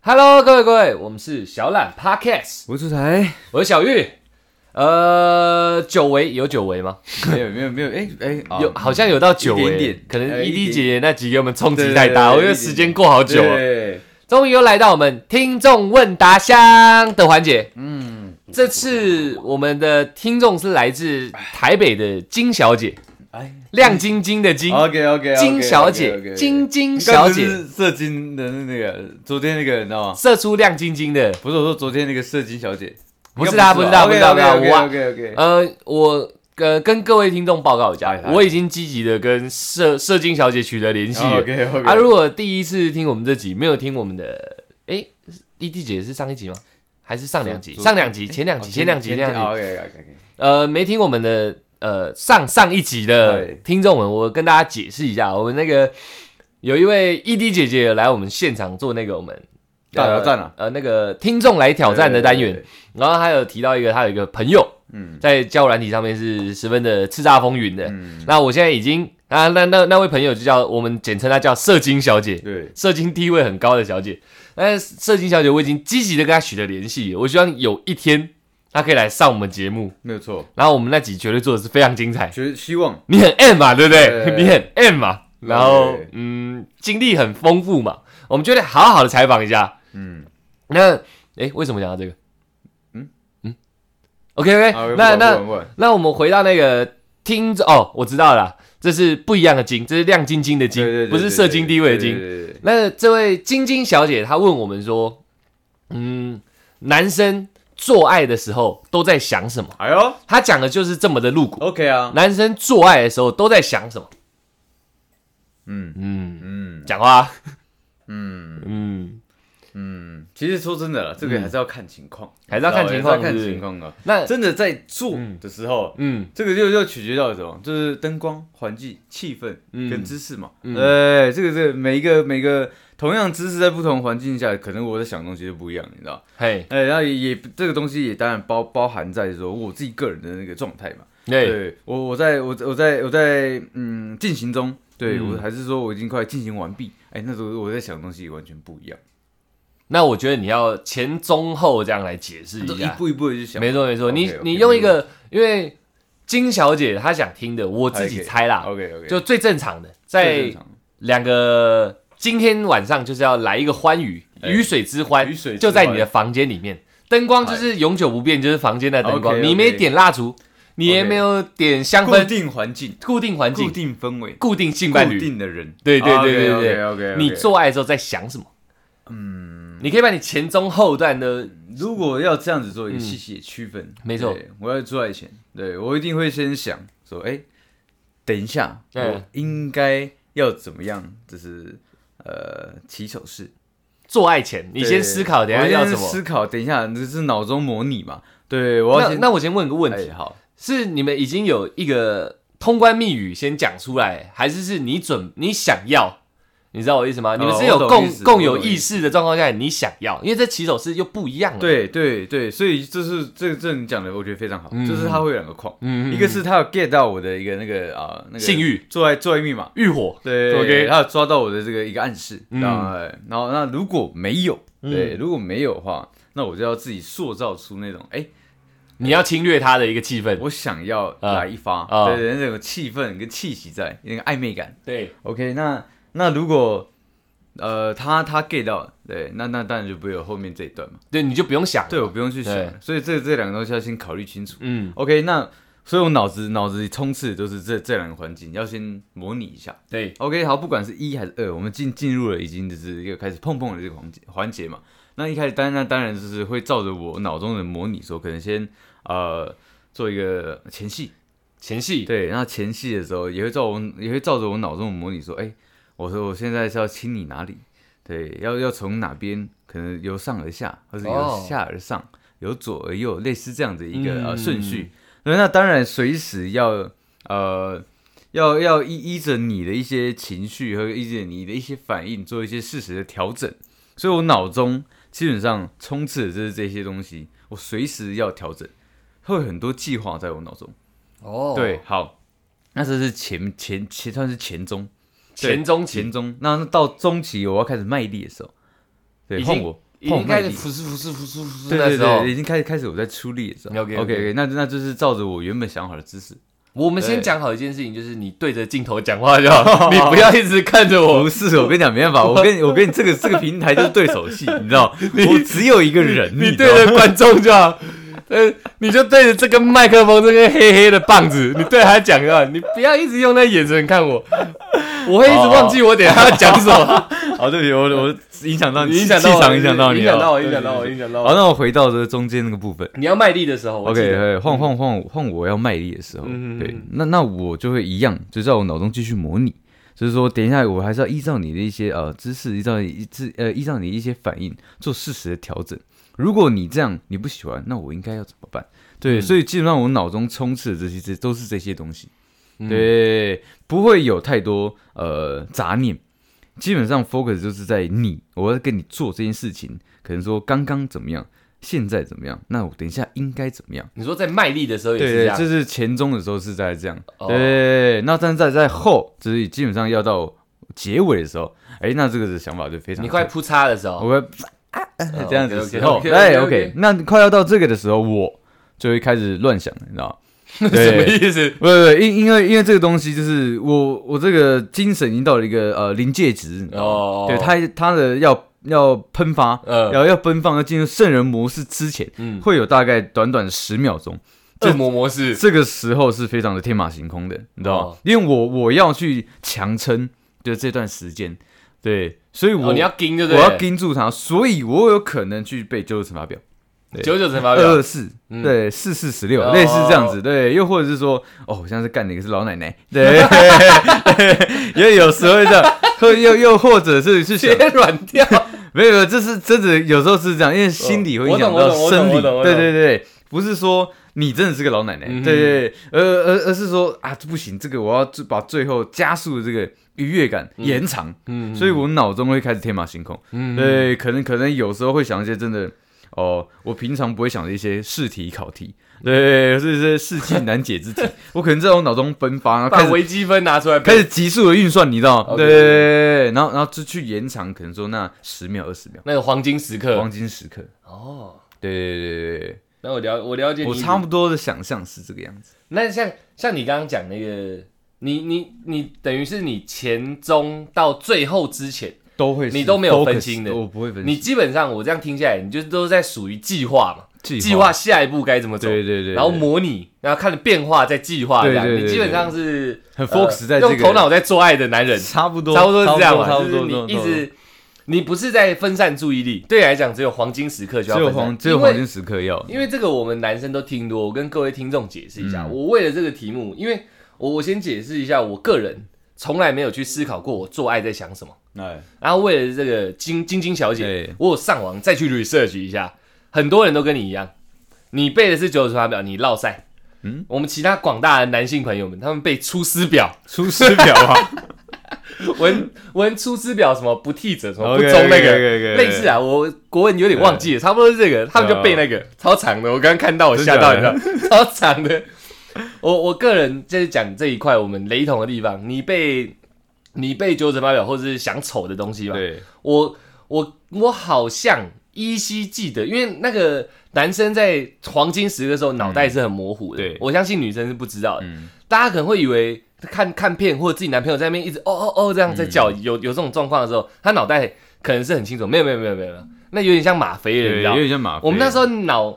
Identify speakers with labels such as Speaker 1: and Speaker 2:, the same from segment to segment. Speaker 1: Hello，各位各位，我们是小懒 Podcast，
Speaker 2: 我是才，
Speaker 1: 我是小玉。呃，久违有久违吗？
Speaker 2: 没有没有没有，哎哎，啊
Speaker 1: 有，好像有到久
Speaker 2: 一点
Speaker 1: 违
Speaker 2: 点，
Speaker 1: 可能
Speaker 2: 呃一
Speaker 1: ED
Speaker 2: 点
Speaker 1: 姐姐那集给我们冲击
Speaker 2: 对
Speaker 1: 太大，我
Speaker 2: 对对
Speaker 1: 觉得
Speaker 2: 一点
Speaker 1: 时间过好久哦。
Speaker 2: 对
Speaker 1: 终于又来到我们听众问答箱的环节。嗯，这次我们的听众是来自台北的金小姐，
Speaker 2: 哎
Speaker 1: 亮晶晶的晶，
Speaker 2: ，OK OK，
Speaker 1: 金小姐，金金小姐，
Speaker 2: 射精的那个，昨天那个你知道吗？
Speaker 1: 射出亮晶晶的，
Speaker 2: 不是我说昨天那个射精小姐，
Speaker 1: 不是她，不是她，不是她，不是她，
Speaker 2: OK
Speaker 1: 我啊
Speaker 2: OK OK，
Speaker 1: 呃，我呃跟各位听众报告一下
Speaker 2: 哎，哎
Speaker 1: 我已经积极的跟射射精小姐取得联系了。
Speaker 2: OK OK，
Speaker 1: 啊，如果第一次听我们这集没有听我们的，哎，ED 姐是上一集吗？还是上两集？
Speaker 2: 昨
Speaker 1: 上两集，前两集，前两集，前两集。哦
Speaker 2: OK OK OK，
Speaker 1: 呃，没听我们的呃上上一集的
Speaker 2: 对
Speaker 1: 听众们，我跟大家解释一下，我们那个有一位 ED 姐姐来我们现场做那个我们
Speaker 2: 大挑战啊，
Speaker 1: 呃呃那个听众来挑战的单元，，然后她有提到一个她有一个朋友
Speaker 2: 嗯
Speaker 1: 在交友软体上面是十分的叱咤风云的，
Speaker 2: 嗯，
Speaker 1: 那我现在已经啊那那那位朋友就叫我们简称她叫射精小姐，
Speaker 2: 对，
Speaker 1: 社经地位很高的小姐。但是社经小姐，我已经积极的跟她取得联系，我希望有一天她可以来上我们节目，
Speaker 2: 没有错，
Speaker 1: 然后我们那集绝对做的是非常精彩。
Speaker 2: 觉希望
Speaker 1: 你很 M 嘛，对不对？
Speaker 2: 对
Speaker 1: 你很 M 嘛，然后
Speaker 2: 对
Speaker 1: 嗯，经历很丰富嘛，我们就得好好的采访一下。
Speaker 2: 嗯
Speaker 1: 那诶，为什么讲到这个？嗯
Speaker 2: 嗯
Speaker 1: 嗯，OK OK，、
Speaker 2: 啊
Speaker 1: 那那
Speaker 2: 不管
Speaker 1: 那我们回到那个听众哦，我知道了啦，这是不一样的金，这是亮晶晶的
Speaker 2: 对对
Speaker 1: 金，不是社经地位的金。
Speaker 2: 金，
Speaker 1: 那这位晶晶小姐她问我们说，嗯，男生做爱的时候都在想什么？
Speaker 2: 哎呦
Speaker 1: 她讲的就是这么的露骨。
Speaker 2: ，OK 啊，
Speaker 1: 男生做爱的时候都在想什么？
Speaker 2: 嗯
Speaker 1: 嗯，
Speaker 2: 嗯
Speaker 1: 讲话啊。
Speaker 2: 嗯。
Speaker 1: 嗯，
Speaker 2: 嗯，其实说真的了，这个还是要看情况，
Speaker 1: 还是要看情况
Speaker 2: 还是要看
Speaker 1: 是不是
Speaker 2: 情况啊。
Speaker 1: 那
Speaker 2: 真的在做的时候，
Speaker 1: 嗯，
Speaker 2: 这个就就取决到什么？就是灯光、环境、气氛
Speaker 1: 嗯
Speaker 2: 跟姿势嘛。
Speaker 1: 嗯
Speaker 2: 对，这个这个每一个每一个同样姿势在不同环境下，可能我在想的东西就不一样，你知道？
Speaker 1: 嘿，
Speaker 2: 哎，然后也也这个东西也当然包包含在说我自己个人的那个状态嘛。
Speaker 1: 对，
Speaker 2: 对我我在我我在我在嗯进行中，对、
Speaker 1: 嗯
Speaker 2: 我还是说我已经快进行完毕。哎，那时候我在想的东西也完全不一样，
Speaker 1: 那我觉得你要前中后这样来解释
Speaker 2: 都
Speaker 1: 一
Speaker 2: 一
Speaker 1: 下。
Speaker 2: 步一步的去想。
Speaker 1: 没错没错，你
Speaker 2: OK，OK，
Speaker 1: 你用一个，因为金小姐她想听的，我自己
Speaker 2: OK，
Speaker 1: 猜啦，
Speaker 2: OK 哦 OK，
Speaker 1: 啊就最正常的，在两个今天晚上就是要来一个欢愉，
Speaker 2: 哎
Speaker 1: 鱼水之欢，
Speaker 2: 鱼水之欢
Speaker 1: 就在你的房间里面，灯光就是永久不变，就是房间的灯光，
Speaker 2: OK，OK
Speaker 1: 你没点蜡烛，你也
Speaker 2: OK
Speaker 1: 没有点香
Speaker 2: 固
Speaker 1: 氛，
Speaker 2: 定环境、
Speaker 1: 固定环
Speaker 2: 固
Speaker 1: 境，
Speaker 2: 定氛围、
Speaker 1: 固定性伴
Speaker 2: 固
Speaker 1: 侣，
Speaker 2: 定的人。
Speaker 1: 对对对对对
Speaker 2: o k
Speaker 1: 你做爱的时候在想什么？嗯，你可以把你前中后段的，
Speaker 2: 如果要这样子做，也细细地区分。
Speaker 1: 嗯没错
Speaker 2: 对，我要做爱前，对我一定会先想说，哎，等一下，
Speaker 1: 嗯
Speaker 2: 我应该要怎么样？就是呃，起手式。
Speaker 1: 做爱前你
Speaker 2: 对
Speaker 1: 先思考，等一下
Speaker 2: 我
Speaker 1: 要
Speaker 2: 先
Speaker 1: 什么？
Speaker 2: 思考，等一下，这是脑中模拟嘛？对，我要
Speaker 1: 那
Speaker 2: 先
Speaker 1: 那我先问个问
Speaker 2: 哎
Speaker 1: 题，
Speaker 2: 好，
Speaker 1: 是你们已经有一个通关密语先讲出来，还是是你准你想要？你知道我意思吗？你们是有
Speaker 2: 我懂
Speaker 1: 共
Speaker 2: 意思
Speaker 1: 共
Speaker 2: 我
Speaker 1: 有
Speaker 2: 懂
Speaker 1: 意
Speaker 2: 意
Speaker 1: 识的状况下，你想要，因为这起手式又不一样了。，
Speaker 2: 对对对，所以这是这这你讲的，我觉得非常好，
Speaker 1: 嗯
Speaker 2: 就是它会有两个框，
Speaker 1: 嗯
Speaker 2: 一个是他有 get 到我的一个那个啊、那个
Speaker 1: 性欲
Speaker 2: 做爱做爱密码，
Speaker 1: 欲火，
Speaker 2: 对
Speaker 1: OK
Speaker 2: 他有抓到我的这个一个暗示，
Speaker 1: 嗯
Speaker 2: 嗯，然后那如果没有，对，如果没有的话，那我就要自己塑造出那种，哎、
Speaker 1: 你要侵略他的一个气氛。
Speaker 2: 我想要来一发，
Speaker 1: 啊
Speaker 2: 对对，那种气氛跟气息在，那个暧昧感。
Speaker 1: 对，
Speaker 2: OK，那那如果呃他他 get 到了，对，那那当然就不会有后面这一段嘛，
Speaker 1: 对，你就不用想。
Speaker 2: 对我不用去
Speaker 1: 对
Speaker 2: 想，所以这这两个东西要先考虑清楚。
Speaker 1: 嗯，
Speaker 2: OK，那所以我脑子脑子里充斥的都是这这两个环境，要先模拟一下。
Speaker 1: 对，
Speaker 2: OK，好，不管是一还是二，我们进进入了已经就是一个开始碰碰的这个环节环节嘛。那一开始当然那当然就是会照着我脑中的模拟说，可能先呃做一个前戏，
Speaker 1: 前戏，
Speaker 2: 对，那前戏的时候也会照我也会照着我脑中的模拟说，哎、我说我现在是要亲你哪里？对，要要从哪边？可能由上而下，或者由
Speaker 1: 哦
Speaker 2: 下而上，由左而右，类似这样的一个、呃
Speaker 1: 嗯
Speaker 2: 顺序。那那当然随时要呃要要依依着你的一些情绪和依着你的一些反应做一些适时的调整。所以我脑中基本上充斥的就是这些东西，我随时要调整，会有很多计划在我脑中。
Speaker 1: 哦
Speaker 2: 对，，好，那这是前前前算是前中
Speaker 1: 前中
Speaker 2: 前
Speaker 1: 期，
Speaker 2: 中，那那到中期我要开始卖力的时候，对，
Speaker 1: 已经
Speaker 2: 换我
Speaker 1: 应该是
Speaker 2: 碰到
Speaker 1: 服是服是服是服是
Speaker 2: 对
Speaker 1: 那
Speaker 2: 对
Speaker 1: 时候
Speaker 2: 对，，已经开始开始我在出力了。
Speaker 1: OK，OK
Speaker 2: OK，那那就是照着我原本想好的姿势。
Speaker 1: 我们先
Speaker 2: 对
Speaker 1: 讲好一件事情，就是你对着镜头讲话就好，你不要一直看着我
Speaker 2: 不。是，我跟你讲没办 法，我跟你我跟你这个这个平台就是对手戏，你知道，我只有一个人，
Speaker 1: 你
Speaker 2: 知道
Speaker 1: 对着观众就好， 呃，你就对着这根麦克风这根黑黑的棒 子，你对他讲啊，你不要一直用那眼神看我，我会一直忘记我等一下要讲什 么，
Speaker 2: 哦，对不起，我我影响到你，
Speaker 1: 影响到
Speaker 2: 气
Speaker 1: 我
Speaker 2: 场影响到你，
Speaker 1: 影响到我，
Speaker 2: 哦
Speaker 1: 影响到我，
Speaker 2: 对对对
Speaker 1: 影响到
Speaker 2: 好，
Speaker 1: 我。
Speaker 2: 那我回到这中间那个部分。
Speaker 1: 你要卖力的时候我记
Speaker 2: OK，
Speaker 1: 得
Speaker 2: 对换换换换我要卖力的时候，
Speaker 1: 嗯
Speaker 2: 对，那那我就会一样，就在我脑中继续模拟，就是说，等一下我还是要依照你的一些呃姿势，依照一姿呃依照你一些反应做适时的调整。如果你这样你不喜欢，那我应该要怎么办？对，
Speaker 1: 嗯
Speaker 2: 所以基本上我脑中充斥的这些这都是这些东西，
Speaker 1: 嗯
Speaker 2: 对，不会有太多呃杂念。基本上 focus 就是在你，我要跟你做这件事情，可能说刚刚怎么样，现在怎么样，那我等一下应该怎么样。
Speaker 1: 你说在卖力的时候也
Speaker 2: 对
Speaker 1: 是这
Speaker 2: 对，
Speaker 1: 样，
Speaker 2: 就是前中的时候是在这样，
Speaker 1: 哦
Speaker 2: 对对对对那但是在在后，就是基本上要到结尾的时候，哎，那这个的想法就非常，
Speaker 1: 你快扑叉的时候，哦
Speaker 2: 我快哦这样子的时候，哎
Speaker 1: 对
Speaker 2: OK，那快要到这个的时候，我就会开始乱想了，你知道吗？
Speaker 1: 什么
Speaker 2: 对，
Speaker 1: 意思？
Speaker 2: 不不，因因为因为这个东西就是我我这个精神已经到了一个呃临界值，你知道吗？
Speaker 1: 哦
Speaker 2: 对，它它的要要喷发，
Speaker 1: 嗯
Speaker 2: 然后要奔放，要进入圣人模式之前，
Speaker 1: 嗯
Speaker 2: 会有大概短短十秒钟。
Speaker 1: 恶魔模式，
Speaker 2: 这个时候是非常的天马行空的，你知道吗？
Speaker 1: 哦
Speaker 2: 因为我我要去强撑，就这段时间，对，所以我、
Speaker 1: 哦，你要盯对不
Speaker 2: 我
Speaker 1: 对？
Speaker 2: 要盯住它，所以我有可能去背纠正乘法表对
Speaker 1: 九九乘法
Speaker 2: 二
Speaker 1: 表
Speaker 2: 二，四，
Speaker 1: 嗯
Speaker 2: 对，四四十六
Speaker 1: 哦，
Speaker 2: 类似这样子，对，又或者是说，哦，像是干的一个是老奶奶， 对， 因为有时候会这样，或又又或者是去想
Speaker 1: 直，接软 掉。
Speaker 2: 没有，没有这是真的，有时候是这样，因为心理会影响到
Speaker 1: 哦我懂
Speaker 2: 生理。
Speaker 1: 我懂我懂我懂
Speaker 2: 对对对，不是说你真的是个老奶奶，
Speaker 1: 嗯哼
Speaker 2: 对对对，而而而是说啊，不行，这个我要最把最后加速的这个愉悦感延长，
Speaker 1: 嗯
Speaker 2: 所以我脑中会开始天马行空。
Speaker 1: 嗯
Speaker 2: 对，可能可能有时候会想一些真的。哦，我平常不会想的一些试题、考题，对，是是世纪难解 之题，我可能在我脑中迸发，啊然后开
Speaker 1: 把
Speaker 2: 始
Speaker 1: 微积分拿出来
Speaker 2: 开
Speaker 1: 背
Speaker 2: 始急速的运算，你知道吗？
Speaker 1: OK
Speaker 2: 对对对对，对然后然后就去延长，可能说那十秒、二十秒。
Speaker 1: 那个黄金时刻
Speaker 2: 黄。金时刻。
Speaker 1: 哦，
Speaker 2: 对对对对
Speaker 1: 那我了我了解
Speaker 2: 对，
Speaker 1: 你。
Speaker 2: 我差不多的想象是这个样子。
Speaker 1: 那像像你刚刚讲那个，你你你等于是你前中到最后之前，
Speaker 2: 都会
Speaker 1: 是你都没有分心的 focus，
Speaker 2: 我不会分
Speaker 1: 你
Speaker 2: 心。
Speaker 1: 基本上我这样听下来，你就是都在属于计划嘛，
Speaker 2: 计
Speaker 1: 计划下一步该怎么走，
Speaker 2: 对对对，
Speaker 1: 然后模拟，然后看变化再计划，
Speaker 2: 对
Speaker 1: 这样
Speaker 2: 对对
Speaker 1: 你
Speaker 2: 对
Speaker 1: 基本上是
Speaker 2: 很
Speaker 1: 呃
Speaker 2: focus 在这
Speaker 1: 用
Speaker 2: 个
Speaker 1: 头脑在做爱的男人，
Speaker 2: 差不多，
Speaker 1: 差不多是这样嘛，
Speaker 2: 差不
Speaker 1: 就是
Speaker 2: 多，
Speaker 1: 你一直。你不是在分散注意力，对你来讲只有黄金时刻就要
Speaker 2: 只有
Speaker 1: 分散
Speaker 2: 黄只有
Speaker 1: 因为
Speaker 2: 黄金时刻要
Speaker 1: 因为这个我们男生都听多，我跟各位听众解释一下，
Speaker 2: 嗯
Speaker 1: 我为了这个题目，因为我我先解释一下，我个人从来没有去思考过我做爱在想什么。
Speaker 2: 哎，
Speaker 1: 然后为了这个晶晶晶小姐
Speaker 2: 对，
Speaker 1: 我有上网再去 research 一下，很多人都跟你一样，你背的是九九乘法表，你落赛。嗯
Speaker 2: 嗯，
Speaker 1: 我们其他广大的男性朋友们，他们背出师表，
Speaker 2: 出师表 啊，
Speaker 1: 文文出师表什么不替者什么不
Speaker 2: OK，OK，OK，
Speaker 1: 忠那个
Speaker 2: OK，OK，OK
Speaker 1: 类似啊，我国文有点忘记了，差不多是这个，他们就背那个超长的，我刚刚看到我吓到，你
Speaker 2: 真
Speaker 1: 知
Speaker 2: 假
Speaker 1: 道， 超长的。我我个人就是讲这一块我们雷同的地方，你背你背九乘八表或者是想丑的东西吧，
Speaker 2: 对，
Speaker 1: 我我我好像依稀记得，因为那个男生在黄金时刻的时候脑袋是很模糊的，
Speaker 2: 嗯对
Speaker 1: 我相信女生是不知道的，
Speaker 2: 嗯，
Speaker 1: 大家可能会以为看看片或者自己男朋友在那边一直哦哦哦这样在叫，有有这种状况的时候，他脑袋可能是很清楚，没有没有没有没有，那有点像吗啡了，你
Speaker 2: 对，
Speaker 1: 知
Speaker 2: 有
Speaker 1: 道？
Speaker 2: 点像马。啊
Speaker 1: 我们那时候脑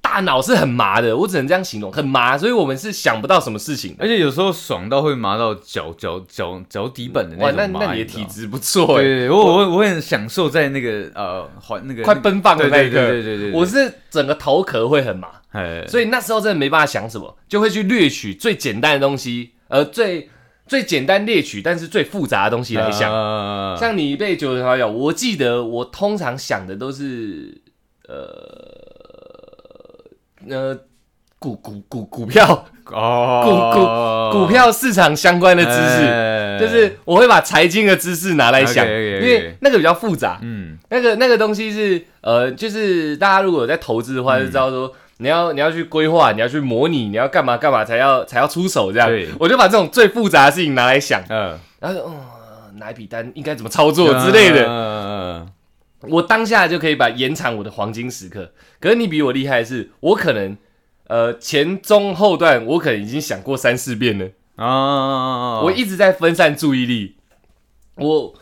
Speaker 1: 大脑是很麻的，我只能这样形容，很麻，所以我们是想不到什么事情的。
Speaker 2: 而且有时候爽到会麻到脚脚脚脚底板的
Speaker 1: 哇，
Speaker 2: 哎那
Speaker 1: 那
Speaker 2: 种麻。
Speaker 1: 那你的
Speaker 2: 知道
Speaker 1: 体
Speaker 2: 吗
Speaker 1: 质不错
Speaker 2: 对
Speaker 1: 哎、
Speaker 2: 对，对我我我很享受在那个呃环那个
Speaker 1: 快奔放的那一
Speaker 2: 对
Speaker 1: 刻，
Speaker 2: 对对对对对
Speaker 1: 我是整个头壳会很麻，
Speaker 2: 哎，
Speaker 1: 所以那时候真的没办法想什么，就会去掠取最简单的东西，呃，最最简单猎取，但是最复杂的东西来想。
Speaker 2: 啊
Speaker 1: 像你被九十条咬，我记得我通常想的都是呃呃股股股股票
Speaker 2: 哦，
Speaker 1: 股票市场相关的知识，
Speaker 2: 识
Speaker 1: 就是我会把财经的知识拿来想，因
Speaker 2: OK，OK，OK
Speaker 1: 为那个比较复杂。
Speaker 2: 嗯，
Speaker 1: 那个那个东西是呃，就是大家如果有在投资的话，就知道说。你要你要去规划，你要去模拟，你要干嘛干嘛才要才要出手这样
Speaker 2: 对。
Speaker 1: 我就把这种最复杂的事情拿来想，
Speaker 2: 呃，
Speaker 1: 哦
Speaker 2: 啊
Speaker 1: 然后就嗯，哪一笔单应该怎么操作之类的。
Speaker 2: 的，
Speaker 1: 我当下就可以把延长我的黄金时刻。可是你比我厉害的是，我可能呃前中后段我可能已经想过三四遍了，
Speaker 2: 嗯啊，
Speaker 1: 我一直在分散注意力。我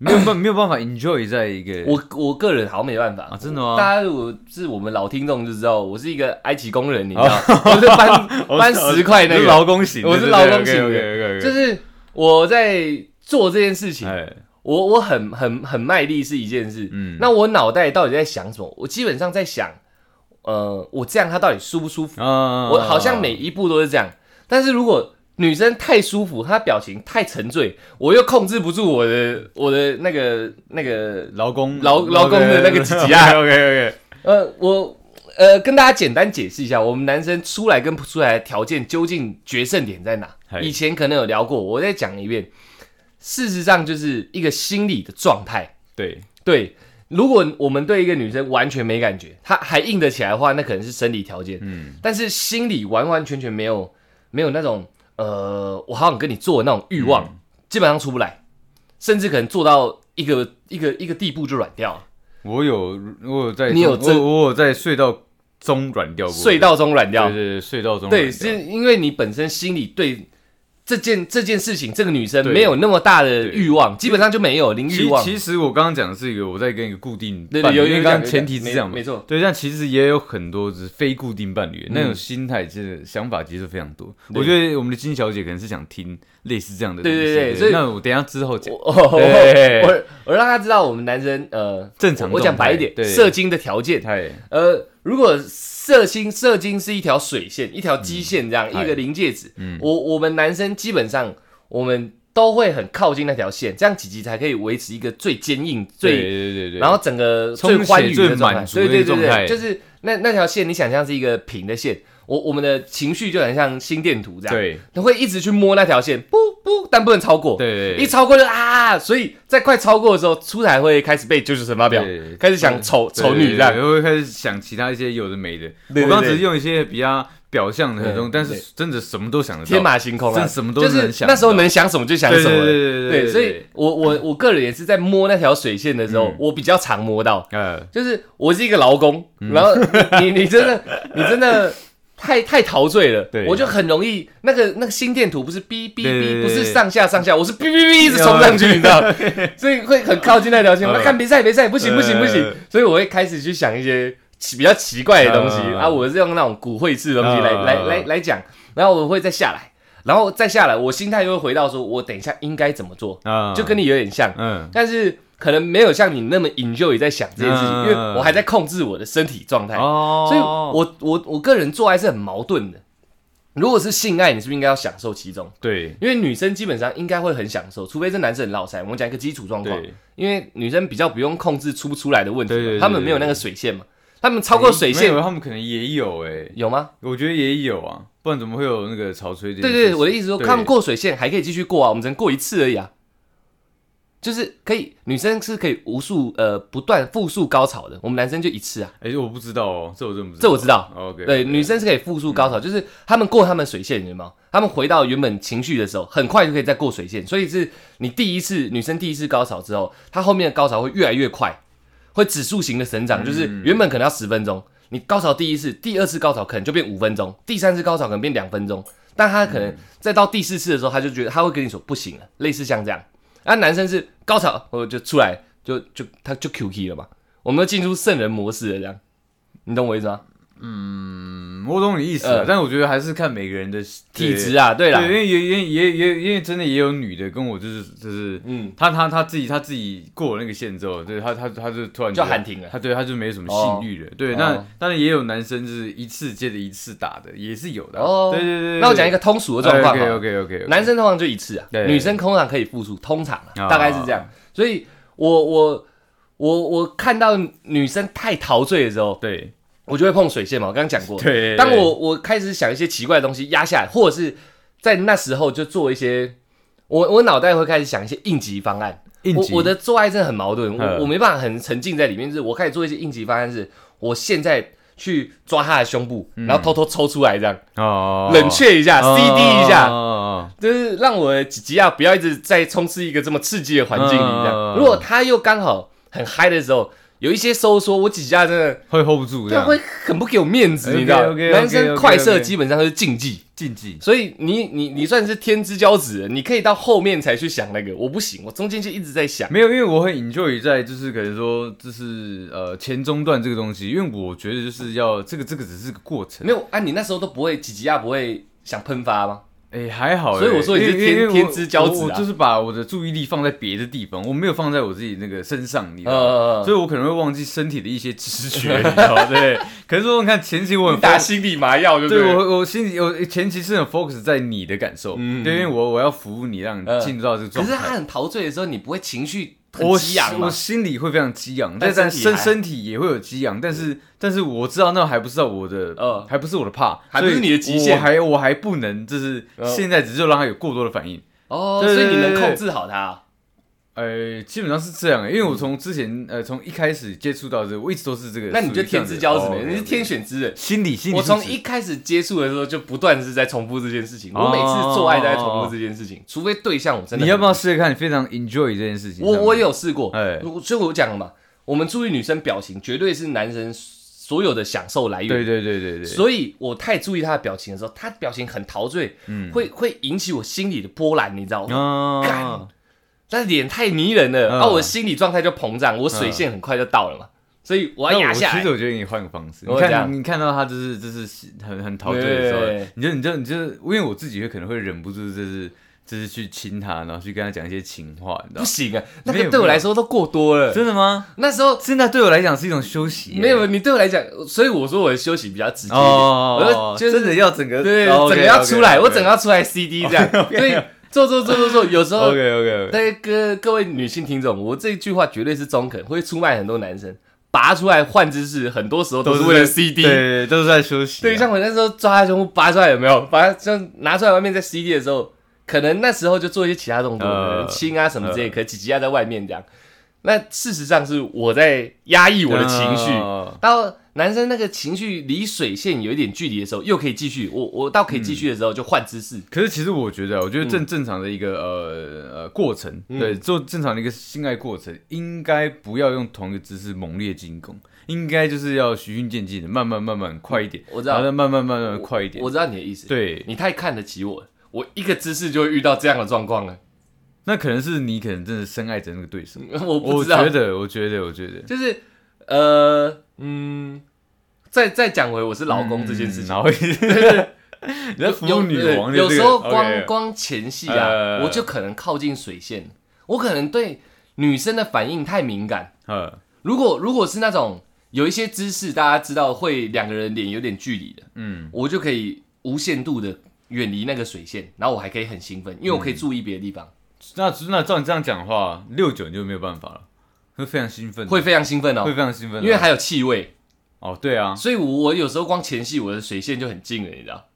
Speaker 2: 没有办没有办法 enjoy 在一个
Speaker 1: 我我个人好像没办法
Speaker 2: 啊，真的吗？
Speaker 1: 大家如果是我们老听众就知道，我是一个埃及工人，你知道，我是 搬搬十块那
Speaker 2: 哦我是
Speaker 1: 个，
Speaker 2: 劳工型的，
Speaker 1: 我是劳工型的
Speaker 2: 的
Speaker 1: 就是是我在做这件事情，
Speaker 2: 哎，
Speaker 1: 我我很很很卖力是一件事，
Speaker 2: 嗯，
Speaker 1: 那我脑袋到底在想什么？我基本上在想，呃，我这样它到底舒不舒服？
Speaker 2: 啊
Speaker 1: 我好像每一步都是这样，但是如果女生太舒服，她表情太沉醉，我又控制不住我的我的那个那个
Speaker 2: 劳工
Speaker 1: 劳劳工的那个几级 啊
Speaker 2: OK OK，
Speaker 1: 呃，我呃跟大家简单解释一下，我们男生出来跟不出来的条件究竟决胜点在哪？
Speaker 2: 嘿
Speaker 1: 以前可能有聊过，我再讲一遍。事实上，就是一个心理的状态。
Speaker 2: 对，
Speaker 1: 对，如果我们对一个女生完全没感觉，她还硬得起来的话，那可能是生理条件。
Speaker 2: 嗯，
Speaker 1: 但是心里完完全全没有没有那种呃，我好想跟你做的那种欲望，基本上出不来，甚至可能做到一个一个一个地步就软掉了。
Speaker 2: 我有我有在
Speaker 1: 你有
Speaker 2: 中
Speaker 1: 这
Speaker 2: 我我有在隧道中软掉过，
Speaker 1: 隧道中软掉，
Speaker 2: 对对对隧道中
Speaker 1: 对，
Speaker 2: 软掉
Speaker 1: 是因为你本身心里对这件这件事情，这个女生
Speaker 2: 对
Speaker 1: 没有那么大的
Speaker 2: 对
Speaker 1: 欲望，基本上就没有零
Speaker 2: 其
Speaker 1: 欲望。
Speaker 2: 其实我刚刚讲的是一个我在跟一个固定
Speaker 1: 对
Speaker 2: 伴
Speaker 1: 对，
Speaker 2: 侣
Speaker 1: 有
Speaker 2: 因
Speaker 1: 有
Speaker 2: 为
Speaker 1: 讲有
Speaker 2: 刚刚
Speaker 1: 讲
Speaker 2: 前提是
Speaker 1: 没
Speaker 2: 这样嘛
Speaker 1: 没，错。
Speaker 2: 对，但其实也有很多只是非固定伴侣、那
Speaker 1: 嗯
Speaker 2: 种心态，真的想法其实非常多。
Speaker 1: 对
Speaker 2: 我觉得我们的金小姐可能是想听类似这样的东西。
Speaker 1: 对对对所以
Speaker 2: 那我等一下之后讲
Speaker 1: 我。我
Speaker 2: 对
Speaker 1: 我我让她知道我们男生呃
Speaker 2: 正常
Speaker 1: 我我讲白一点
Speaker 2: 状，态对
Speaker 1: 射精的条件，
Speaker 2: 太
Speaker 1: 呃，如果射精射精是一条水线，一条
Speaker 2: 嗯
Speaker 1: 基线这样、一个临界值，我我们男生基本上我们都会很靠近那条线，这样几集才可以维持一个最坚硬最
Speaker 2: 对对对对，
Speaker 1: 然后整个
Speaker 2: 充
Speaker 1: 最
Speaker 2: 血
Speaker 1: 欢愉
Speaker 2: 最
Speaker 1: 的状态
Speaker 2: 满，足
Speaker 1: 对
Speaker 2: 的一
Speaker 1: 对
Speaker 2: 个
Speaker 1: 对
Speaker 2: 状态
Speaker 1: 对，就是那那条线，你想象是一个平的线，我我们的情绪就很像心电图这样，，
Speaker 2: 对
Speaker 1: 你会一直去摸那条线，不不，但不能超过，，
Speaker 2: 对
Speaker 1: 一超过就啊，所以在快超过的时候，出台会开始被九九乘法表
Speaker 2: 对，
Speaker 1: 开始想丑丑女这
Speaker 2: 然
Speaker 1: 样，
Speaker 2: 后会开始想其他一些有的没的。
Speaker 1: 对
Speaker 2: 我刚刚
Speaker 1: 对嗯
Speaker 2: 只是用一些比较表象的东
Speaker 1: 对
Speaker 2: 西，但是真的什么都想得到。
Speaker 1: 天马行空
Speaker 2: 真
Speaker 1: 啊，
Speaker 2: 的什么都
Speaker 1: 就
Speaker 2: 能
Speaker 1: 是
Speaker 2: 想
Speaker 1: 那时候能想什么就想
Speaker 2: 对
Speaker 1: 什
Speaker 2: 对对
Speaker 1: 么，
Speaker 2: 对
Speaker 1: 对，所以我我我个人也是在摸那条水线的时候
Speaker 2: 嗯，
Speaker 1: 我比较常摸到，
Speaker 2: 呃，
Speaker 1: 就是我是一个劳工，
Speaker 2: 嗯
Speaker 1: 然后你你你真 的你真的太太陶醉了，
Speaker 2: 对
Speaker 1: 我就很容易那个那个心电图不是哔哔
Speaker 2: 对对对
Speaker 1: 哔，不是上下上下，我是哔哔哔一直冲上 去，你知道，所以会很靠近那条线，
Speaker 2: 嗯
Speaker 1: 我说看别赛别赛，不行不行
Speaker 2: 呃
Speaker 1: 不行，所以我会开始去想一些奇比较奇怪的东西
Speaker 2: 嗯
Speaker 1: 啊，我是用那种骨晦气的东西来
Speaker 2: 嗯
Speaker 1: 来来来讲，然后我会再下来，然后再下来，我心态又会回到说我等一下应该怎么做，
Speaker 2: 啊，
Speaker 1: 就跟你有点像，
Speaker 2: 嗯，
Speaker 1: 但是可能没有像你那么 enjoy 在想这件事情，
Speaker 2: 嗯
Speaker 1: 因为我还在控制我的身体状态，
Speaker 2: 哦，
Speaker 1: 哎所以我我我个人做爱是很矛盾的。如果是性爱，你是不是应该要享受其中？
Speaker 2: 对
Speaker 1: 因为女生基本上应该会很享受，除非这男生很落塞。我们讲一个基础状况，
Speaker 2: 对。
Speaker 1: 因为女生比较不用控制出不出来的问题嘛，
Speaker 2: 对对对
Speaker 1: 他们没有那个水线嘛，他们超过水线、
Speaker 2: 没有他们可能也有哎、
Speaker 1: 有吗？
Speaker 2: 我觉得也有啊，不然怎么会有那个潮吹这件
Speaker 1: 对
Speaker 2: 事情？
Speaker 1: 对，对我的意思说，
Speaker 2: 对
Speaker 1: 他们过水线还可以继续过啊，我们只能过一次而已啊。就是可以，女生是可以无数呃不断复数高潮的，我们男生就一次啊。
Speaker 2: 哎、我不知道哦，这我真不知道，哦
Speaker 1: 这我知道
Speaker 2: OK，
Speaker 1: 对，女生是可以复数高潮，就是他们过他们水线，你知道吗？他们回到原本情绪的时候，很快就可以再过水线，所以是你第一次女生第一次高潮之后，她后面的高潮会越来越快，会指数型的成长，就是原本可能要十分钟，你高潮第一次、第二次高潮可能就变五分钟，第三次高潮可能变两分钟，但她可能再到第四次的时候，她就觉得她会跟你说不行了，类似像这样。啊，男生是高潮，我就出来就就他就 QK 了嘛，我们都进入圣人模式了，这样，你懂我意思吗？
Speaker 2: 嗯我懂你意思、啊
Speaker 1: 呃
Speaker 2: 但我觉得还是看每个人的
Speaker 1: 体质
Speaker 2: 啊。
Speaker 1: 啊，对
Speaker 2: 对
Speaker 1: 啦，
Speaker 2: 因为也也也也因为真的也有女的跟我就是就是，
Speaker 1: 嗯，
Speaker 2: 她她她自己她自己过了那个线之后，对她她她就突然觉
Speaker 1: 就
Speaker 2: 得
Speaker 1: 喊停了
Speaker 2: 她对她就没什么性欲了。对，那
Speaker 1: 哦
Speaker 2: 当然也有男生就是一次接着一次打的，也是有的啊。
Speaker 1: 哦
Speaker 2: 对对对对。
Speaker 1: 那我讲一个通俗的状况
Speaker 2: ，OK
Speaker 1: 哈，
Speaker 2: OK OK，
Speaker 1: 男生通常就一次啊，
Speaker 2: 哎对
Speaker 1: 女生通常可以复数，通常啊，
Speaker 2: 哦
Speaker 1: 大概是这样。所以我我我我看到女生太陶醉的时候，
Speaker 2: 对
Speaker 1: 我就会碰水线嘛，我刚刚讲过。
Speaker 2: 对，
Speaker 1: 当我我开始想一些奇怪的东西压下来，或者是在那时候就做一些，我我脑袋会开始想一些应急方案。
Speaker 2: 应
Speaker 1: 我
Speaker 2: 急
Speaker 1: 我的做爱真的很矛盾，
Speaker 2: 嗯
Speaker 1: 我我没办法很沉浸在里面，就是我开始做一些应急方案是，我现在去抓她的胸部，然后偷偷抽出来这样。
Speaker 2: 嗯哦
Speaker 1: 冷却一下、
Speaker 2: 哦
Speaker 1: c d 一下，
Speaker 2: 哦
Speaker 1: 就是啊让我的吉吉亚不要一直在充斥一个这么刺激的环境里。这样，
Speaker 2: 嗯
Speaker 1: 如果他又刚好很嗨的时候，有一些收缩，我几下真的
Speaker 2: 会 hold 不住这
Speaker 1: 他
Speaker 2: 样。
Speaker 1: 会很不给我面子，你知道
Speaker 2: OK，OK，OK，OK，OK
Speaker 1: 男生快射基本上是禁忌，
Speaker 2: 禁忌，
Speaker 1: 所以你你你算是天之骄子，你可以到后面才去想那个，我不行，我中间就一直在想。
Speaker 2: 没有，因为我很 enjoy 在就是可能说就是呃前中段这个东西，因为我觉得就是要这个这个只是个过程。
Speaker 1: 没有啊，你那时候都不会几级压，不会想喷发吗？
Speaker 2: 哎、还好欸、
Speaker 1: 所以我说你是
Speaker 2: 因为因为
Speaker 1: 天
Speaker 2: 我
Speaker 1: 天之骄子啊
Speaker 2: 我我就是把我的注意力放在别的地方，我没有放在我自己那个身上，你知道吗？
Speaker 1: 呃，
Speaker 2: 所以我可能会忘记身体的一些知觉，你知道吗 对。可是说，你看前期我很
Speaker 1: 打
Speaker 2: focus，
Speaker 1: 心理麻药就
Speaker 2: 对
Speaker 1: 对了。
Speaker 2: 我我心里我前期是很 focus 在你的感受，
Speaker 1: 嗯
Speaker 2: 对，因为我我要服务你，让你进入到这个
Speaker 1: 可
Speaker 2: 状
Speaker 1: 是他
Speaker 2: 态。
Speaker 1: 很陶醉的时候，你不会情绪很
Speaker 2: 我
Speaker 1: 激昂
Speaker 2: 我
Speaker 1: 吗？
Speaker 2: 心里会非常激昂，
Speaker 1: 但身
Speaker 2: 但但
Speaker 1: 体还
Speaker 2: 身身体也会有激昂，但是但是我知道那还不是我的，
Speaker 1: 呃
Speaker 2: 呃，还不是我的怕，
Speaker 1: 还不是
Speaker 2: 所以
Speaker 1: 你的极限
Speaker 2: 我还我还不能，就是
Speaker 1: 呃
Speaker 2: 现在只是让他有过多的反应。
Speaker 1: 哦，所
Speaker 2: 对对
Speaker 1: 以你能
Speaker 2: 对对
Speaker 1: 控制好它。
Speaker 2: 呃，基本上是这样、因为
Speaker 1: 嗯
Speaker 2: 我从之前呃从一开始接触到这个，我一直都是这个。
Speaker 1: 那你就天之骄子
Speaker 2: 哦
Speaker 1: 呢？你是天选之人。
Speaker 2: 心理心理
Speaker 1: 我
Speaker 2: 素质。
Speaker 1: 从一开始接触的时候，就不断是在重复这件事情。我每次做爱都在重复这件事情，除非对象我真的
Speaker 2: 你要不要
Speaker 1: 很
Speaker 2: 试试看？你非常 enjoy 这件事情。
Speaker 1: 我我也有试过，
Speaker 2: 哎
Speaker 1: 我所以我讲了嘛，我们注意女生表情，绝对是男人所有的享受来源。
Speaker 2: 对对对对对，
Speaker 1: 所以我太注意她的表情的时候，她表情很陶醉，
Speaker 2: 嗯
Speaker 1: 会会引起我心里的波澜，你知道吗？干
Speaker 2: 啊，
Speaker 1: 但是脸太迷人了，
Speaker 2: 嗯
Speaker 1: 啊，我心理状态就膨胀，我水线很快就到了嘛，所以我要
Speaker 2: 那
Speaker 1: 压
Speaker 2: 我
Speaker 1: 下
Speaker 2: 其
Speaker 1: 来
Speaker 2: 实。我觉得你换个方式，
Speaker 1: 我
Speaker 2: 你
Speaker 1: 这样
Speaker 2: 看你看到他就是就是很很陶醉的时
Speaker 1: 对
Speaker 2: 候，你就你就你就，因为我自己会可能会忍不住就是就是去亲他，然后去跟他讲一些情话，你知
Speaker 1: 不
Speaker 2: 道吗？
Speaker 1: 行啊，那
Speaker 2: 没
Speaker 1: 个
Speaker 2: 有
Speaker 1: 对我
Speaker 2: 没有
Speaker 1: 来说都过多 了。
Speaker 2: 真的吗？
Speaker 1: 那时候
Speaker 2: 真的对我来讲是一种休息耶，
Speaker 1: 没有你对我来讲，所以我说我的休息比较直接一点，
Speaker 2: 哦，
Speaker 1: 我就就是
Speaker 2: 真的要哦整个
Speaker 1: 对，整个要出来，我整个要出来 CD 这样，所以做做做做做，有时候
Speaker 2: OK OK OK，
Speaker 1: 对各各位女性听众，我这句话绝对是中肯，会出卖很多男生，拔出来换姿势，很多时 候都是为了 CD。
Speaker 2: 对对，都是在休息啊。
Speaker 1: 对，像我那时候抓他胸部拔出来有没有？把他像拿出来外面在 CD 的时候，可能那时候就做一些其他动作，可
Speaker 2: 呃
Speaker 1: 能亲啊什么之类，可几几压在外面这样。那事实上是我在压抑我的情绪，
Speaker 2: 哦
Speaker 1: 到男生那个情绪离水线有一点距离的时候，又可以继续。我我到可以继续的时候就换姿势，
Speaker 2: 可是其实我觉得，
Speaker 1: 嗯
Speaker 2: 我觉得正正常的一个、呃呃过程，对，做正常的一个性爱过程，应该不要用同一个姿势猛烈进攻，应该就是要循序渐进的，慢慢慢慢快一点，
Speaker 1: 我知道
Speaker 2: 然后再慢慢慢慢快一点
Speaker 1: 我。知道你的意思。，
Speaker 2: 对，
Speaker 1: 你太看得起我了，我一个姿势就会遇到这样的状况了。
Speaker 2: 那可能是你可能真的深爱着那个对手。
Speaker 1: 我不
Speaker 2: 我
Speaker 1: 知道
Speaker 2: 觉，得，我觉得，我觉得，
Speaker 1: 就是呃嗯，再再讲回我是老公这件事
Speaker 2: 嗯
Speaker 1: 情，
Speaker 2: 然后 你在服
Speaker 1: 有
Speaker 2: 务女
Speaker 1: 对
Speaker 2: 王的这
Speaker 1: 有
Speaker 2: 个
Speaker 1: 时候
Speaker 2: OK，
Speaker 1: 光光前戏啊，
Speaker 2: 呃
Speaker 1: 我就可能靠近水线，我可能对女生的反应太敏感。
Speaker 2: 呃，
Speaker 1: 如果如果是那种有一些姿势，大家知道会两个人脸有点距离的，
Speaker 2: 嗯，
Speaker 1: 我就可以无限度的远离那个水线，然后我还可以很兴奋，因为
Speaker 2: 嗯
Speaker 1: 我可以注意别的地方，
Speaker 2: 那那照你这样讲的话，六九你就没有办法了，会非常兴奋的，
Speaker 1: 会非常兴奋哦
Speaker 2: 会，非常兴奋的，
Speaker 1: 因为还有气味，
Speaker 2: 哦，对啊，
Speaker 1: 所以我我有时候光前戏我的水线就很近了，你知道，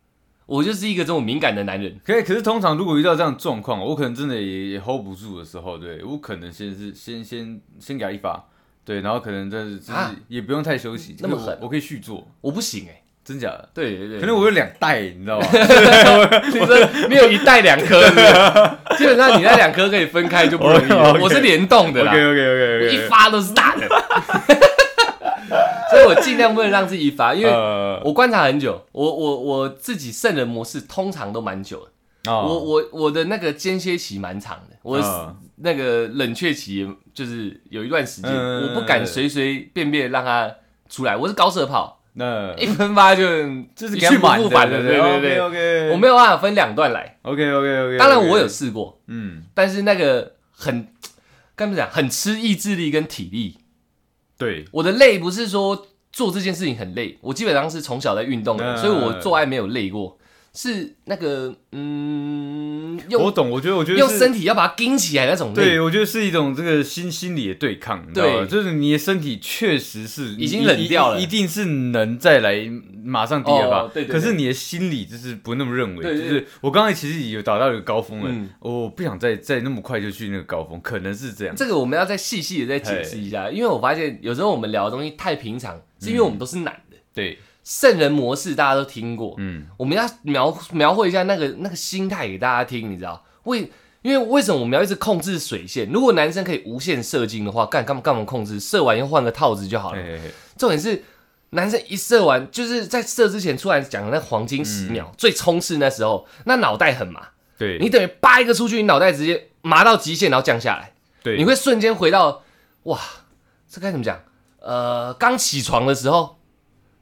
Speaker 1: 我就是一个这种敏感的男人，
Speaker 2: 可以，可是通常如果遇到这样的状况，我可能真的也也 hold 不住的时候，对我可能先是先先先给他一发，对，然后可能但是就是
Speaker 1: 啊
Speaker 2: 也不用太休息，
Speaker 1: 那么
Speaker 2: 就是我
Speaker 1: 狠
Speaker 2: 我可以续做，
Speaker 1: 我不行哎、
Speaker 2: 真假的？
Speaker 1: 对对对，
Speaker 2: 可能我有两袋，你 知道吗？
Speaker 1: 你说你有一袋两颗，是不是基本上你那两颗可以分开就不容易了，
Speaker 2: OK，OK
Speaker 1: 我是联动的啦。
Speaker 2: OK 呃
Speaker 1: 我一发都是大的， 所以我尽量不能让自己一发，因为
Speaker 2: 呃，
Speaker 1: 我观察很久，我我我自己圣人模式通常都蛮久的，我
Speaker 2: 我
Speaker 1: 我我的那个间歇期蛮长的，我的
Speaker 2: 嗯
Speaker 1: 那个冷却期也就是有一段时间，
Speaker 2: 嗯
Speaker 1: 我不敢随随便便让它出来，我是高射炮，
Speaker 2: 那
Speaker 1: 一分发就
Speaker 2: 嗯就是
Speaker 1: 一去不复返了，对对
Speaker 2: 哦
Speaker 1: 对，
Speaker 2: OK
Speaker 1: 我没有办法分两段来，
Speaker 2: OK OK OK，
Speaker 1: 当然我有试过，
Speaker 2: 嗯，
Speaker 1: 但是那个很，跟你讲，很吃意志力跟体力。
Speaker 2: 对，
Speaker 1: 我的累不是说做这件事情很累，我基本上是从小在运动的，
Speaker 2: 嗯
Speaker 1: 所以我做爱没有累过，是那个嗯，
Speaker 2: 我
Speaker 1: 用
Speaker 2: 懂，我觉得我觉得
Speaker 1: 用
Speaker 2: 是
Speaker 1: 身体要把它盯起来那种累。
Speaker 2: 对，我觉得是一种这个心心理的对抗，你知道吗
Speaker 1: 对
Speaker 2: 就是你的身体确实是
Speaker 1: 已经
Speaker 2: 你
Speaker 1: 冷掉了
Speaker 2: 一一定是能再来马上第二
Speaker 1: 哦
Speaker 2: 把，
Speaker 1: 对对
Speaker 2: 可是你的心理就是不那么认为，
Speaker 1: 对对
Speaker 2: 就是我刚才其实有达到一个高峰了，哦
Speaker 1: 嗯
Speaker 2: 我不想再再那么快就去那个高峰，可能是这样。
Speaker 1: 这个我们要再细细的再解释一下，因为我发现有时候我们聊的东西太平常，是因为我们都是男的。
Speaker 2: 对，
Speaker 1: 圣人模式大家都听过，
Speaker 2: 嗯，
Speaker 1: 我们要描描绘一下那个那个心态给大家听，你知道？为因为为什么我们要一直控制水线？如果男生可以无限射精的话，干干嘛干嘛控制？射完又换个套子就好了。
Speaker 2: 嘿嘿嘿
Speaker 1: 重点是男生一射完，就是在射之前突然讲的那黄金十秒、最冲刺那时候，那脑袋很麻，
Speaker 2: 对，
Speaker 1: 你等于扒一个出去，你脑袋直接麻到极限，然后降下来，
Speaker 2: 对
Speaker 1: 你会瞬间回到哇，这该怎么讲？呃，刚起床的时候，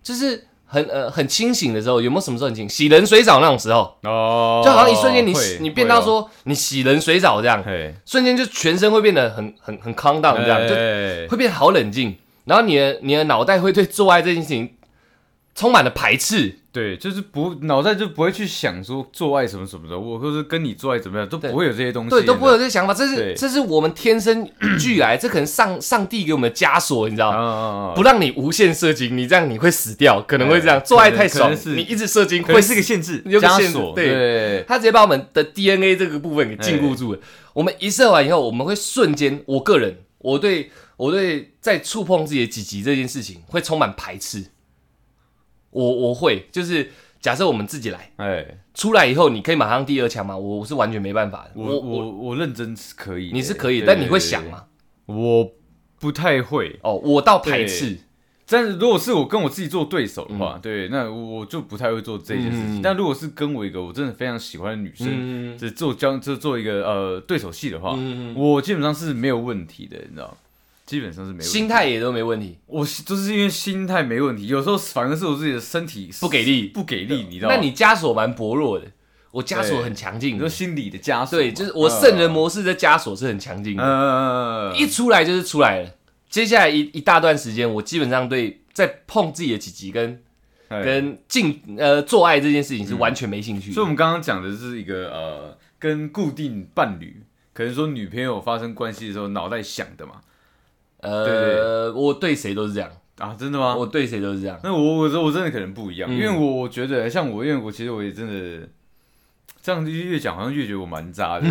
Speaker 1: 就是很呃很清醒的时候，有没有什么时候很清？洗冷水澡那种时候，
Speaker 2: 哦，
Speaker 1: 就好像一瞬间你、
Speaker 2: 会
Speaker 1: 你变到，
Speaker 2: 会哦
Speaker 1: 说你洗冷水澡这样，
Speaker 2: 嘿，
Speaker 1: 瞬间就全身会变得很很很 calm down 这样，就
Speaker 2: 哎
Speaker 1: 会变得好冷静，然后你的你的脑袋会对做爱这件事情充满了排斥，
Speaker 2: 对，就是不脑袋就不会去想说做爱什么什么的，我或者跟你做爱怎么样，都
Speaker 1: 对
Speaker 2: 不会有这些东西，
Speaker 1: 对，都不会有这个想法，这是
Speaker 2: 对
Speaker 1: 这是我们天生俱来，这可能上上帝给我们的枷锁，你知道
Speaker 2: 啊
Speaker 1: 吗？
Speaker 2: 啊啊，
Speaker 1: 不让你无限射精，你这样你会死掉，可能会这样。
Speaker 2: 对
Speaker 1: 做爱太
Speaker 2: 可
Speaker 1: 爽
Speaker 2: 能，是
Speaker 1: 你一直射精
Speaker 2: 可
Speaker 1: 会
Speaker 2: 能是
Speaker 1: 死
Speaker 2: 个限制
Speaker 1: 有个
Speaker 2: 枷
Speaker 1: 限制
Speaker 2: 锁，
Speaker 1: 对
Speaker 2: 对，
Speaker 1: 他直接把我们的 DNA 这个部分给禁
Speaker 2: 哎
Speaker 1: 锢住了。我们一射完以后，我们会瞬间，我个人，我对我对在触碰自己的几级这件事情会充满排斥。我我会就是假设我们自己来
Speaker 2: 哎，
Speaker 1: 出来以后，你可以马上第二枪吗？我我是完全没办法的。
Speaker 2: 我我我认真是可以的，
Speaker 1: 你是可以，
Speaker 2: 对
Speaker 1: 但你会想？吗？
Speaker 2: 对对我不太会，
Speaker 1: 哦，我到排斥，
Speaker 2: 但是如果是我跟我自己做对手的话，对，那我就不太会做这件事情。
Speaker 1: 嗯
Speaker 2: 但如果是跟我一个我真的非常喜欢的女生，
Speaker 1: 嗯
Speaker 2: 只做交就做一个呃对手戏的话，
Speaker 1: 嗯，
Speaker 2: 我基本上是没有问题的，你知道，基本上是没问题。
Speaker 1: 心态也都没问题，
Speaker 2: 我是就是因为心态没问题，有时候反而是我自己的身体
Speaker 1: 不给力。
Speaker 2: 不给力，你知道吗？
Speaker 1: 那你枷锁蛮薄弱的，我枷锁
Speaker 2: 对
Speaker 1: 很强劲
Speaker 2: 你
Speaker 1: 的
Speaker 2: 说。心理的枷锁嘛，
Speaker 1: 对，就是我圣人
Speaker 2: 嗯
Speaker 1: 模式的枷锁是很强劲的。
Speaker 2: 嗯，
Speaker 1: 一出来就是出来了。接下来一一大段时间，我基本上对在碰自己的几级跟
Speaker 2: 哎
Speaker 1: 跟进呃做爱这件事情
Speaker 2: 嗯
Speaker 1: 是完全没兴趣
Speaker 2: 所以
Speaker 1: 的。
Speaker 2: 我们刚刚讲的是一个呃，跟固定伴侣，可能说女朋友发生关系的时候脑袋想的嘛。
Speaker 1: 呃，我对谁都是这样，
Speaker 2: 啊，真的吗？
Speaker 1: 我对谁都是这样。
Speaker 2: 那我我我真的可能不一样，
Speaker 1: 嗯
Speaker 2: 因为我我觉得像我，因为我其实我也真的这样越讲，好像越觉得我蛮渣 的。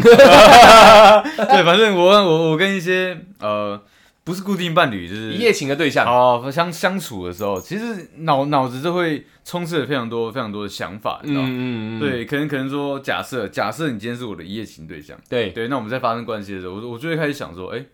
Speaker 2: 对，反正我我我跟一些呃不是固定伴侣，就是
Speaker 1: 一夜情的对象，
Speaker 2: 哦相相处的时候，其实脑脑子就会充斥了非常多非常多的想法，你知道吗？
Speaker 1: 嗯嗯嗯，
Speaker 2: 对，可能可能说假设假设你今天是我的一夜情对象。
Speaker 1: 对
Speaker 2: 对，那我们在发生关系的时候，我我就会开始想说，哎、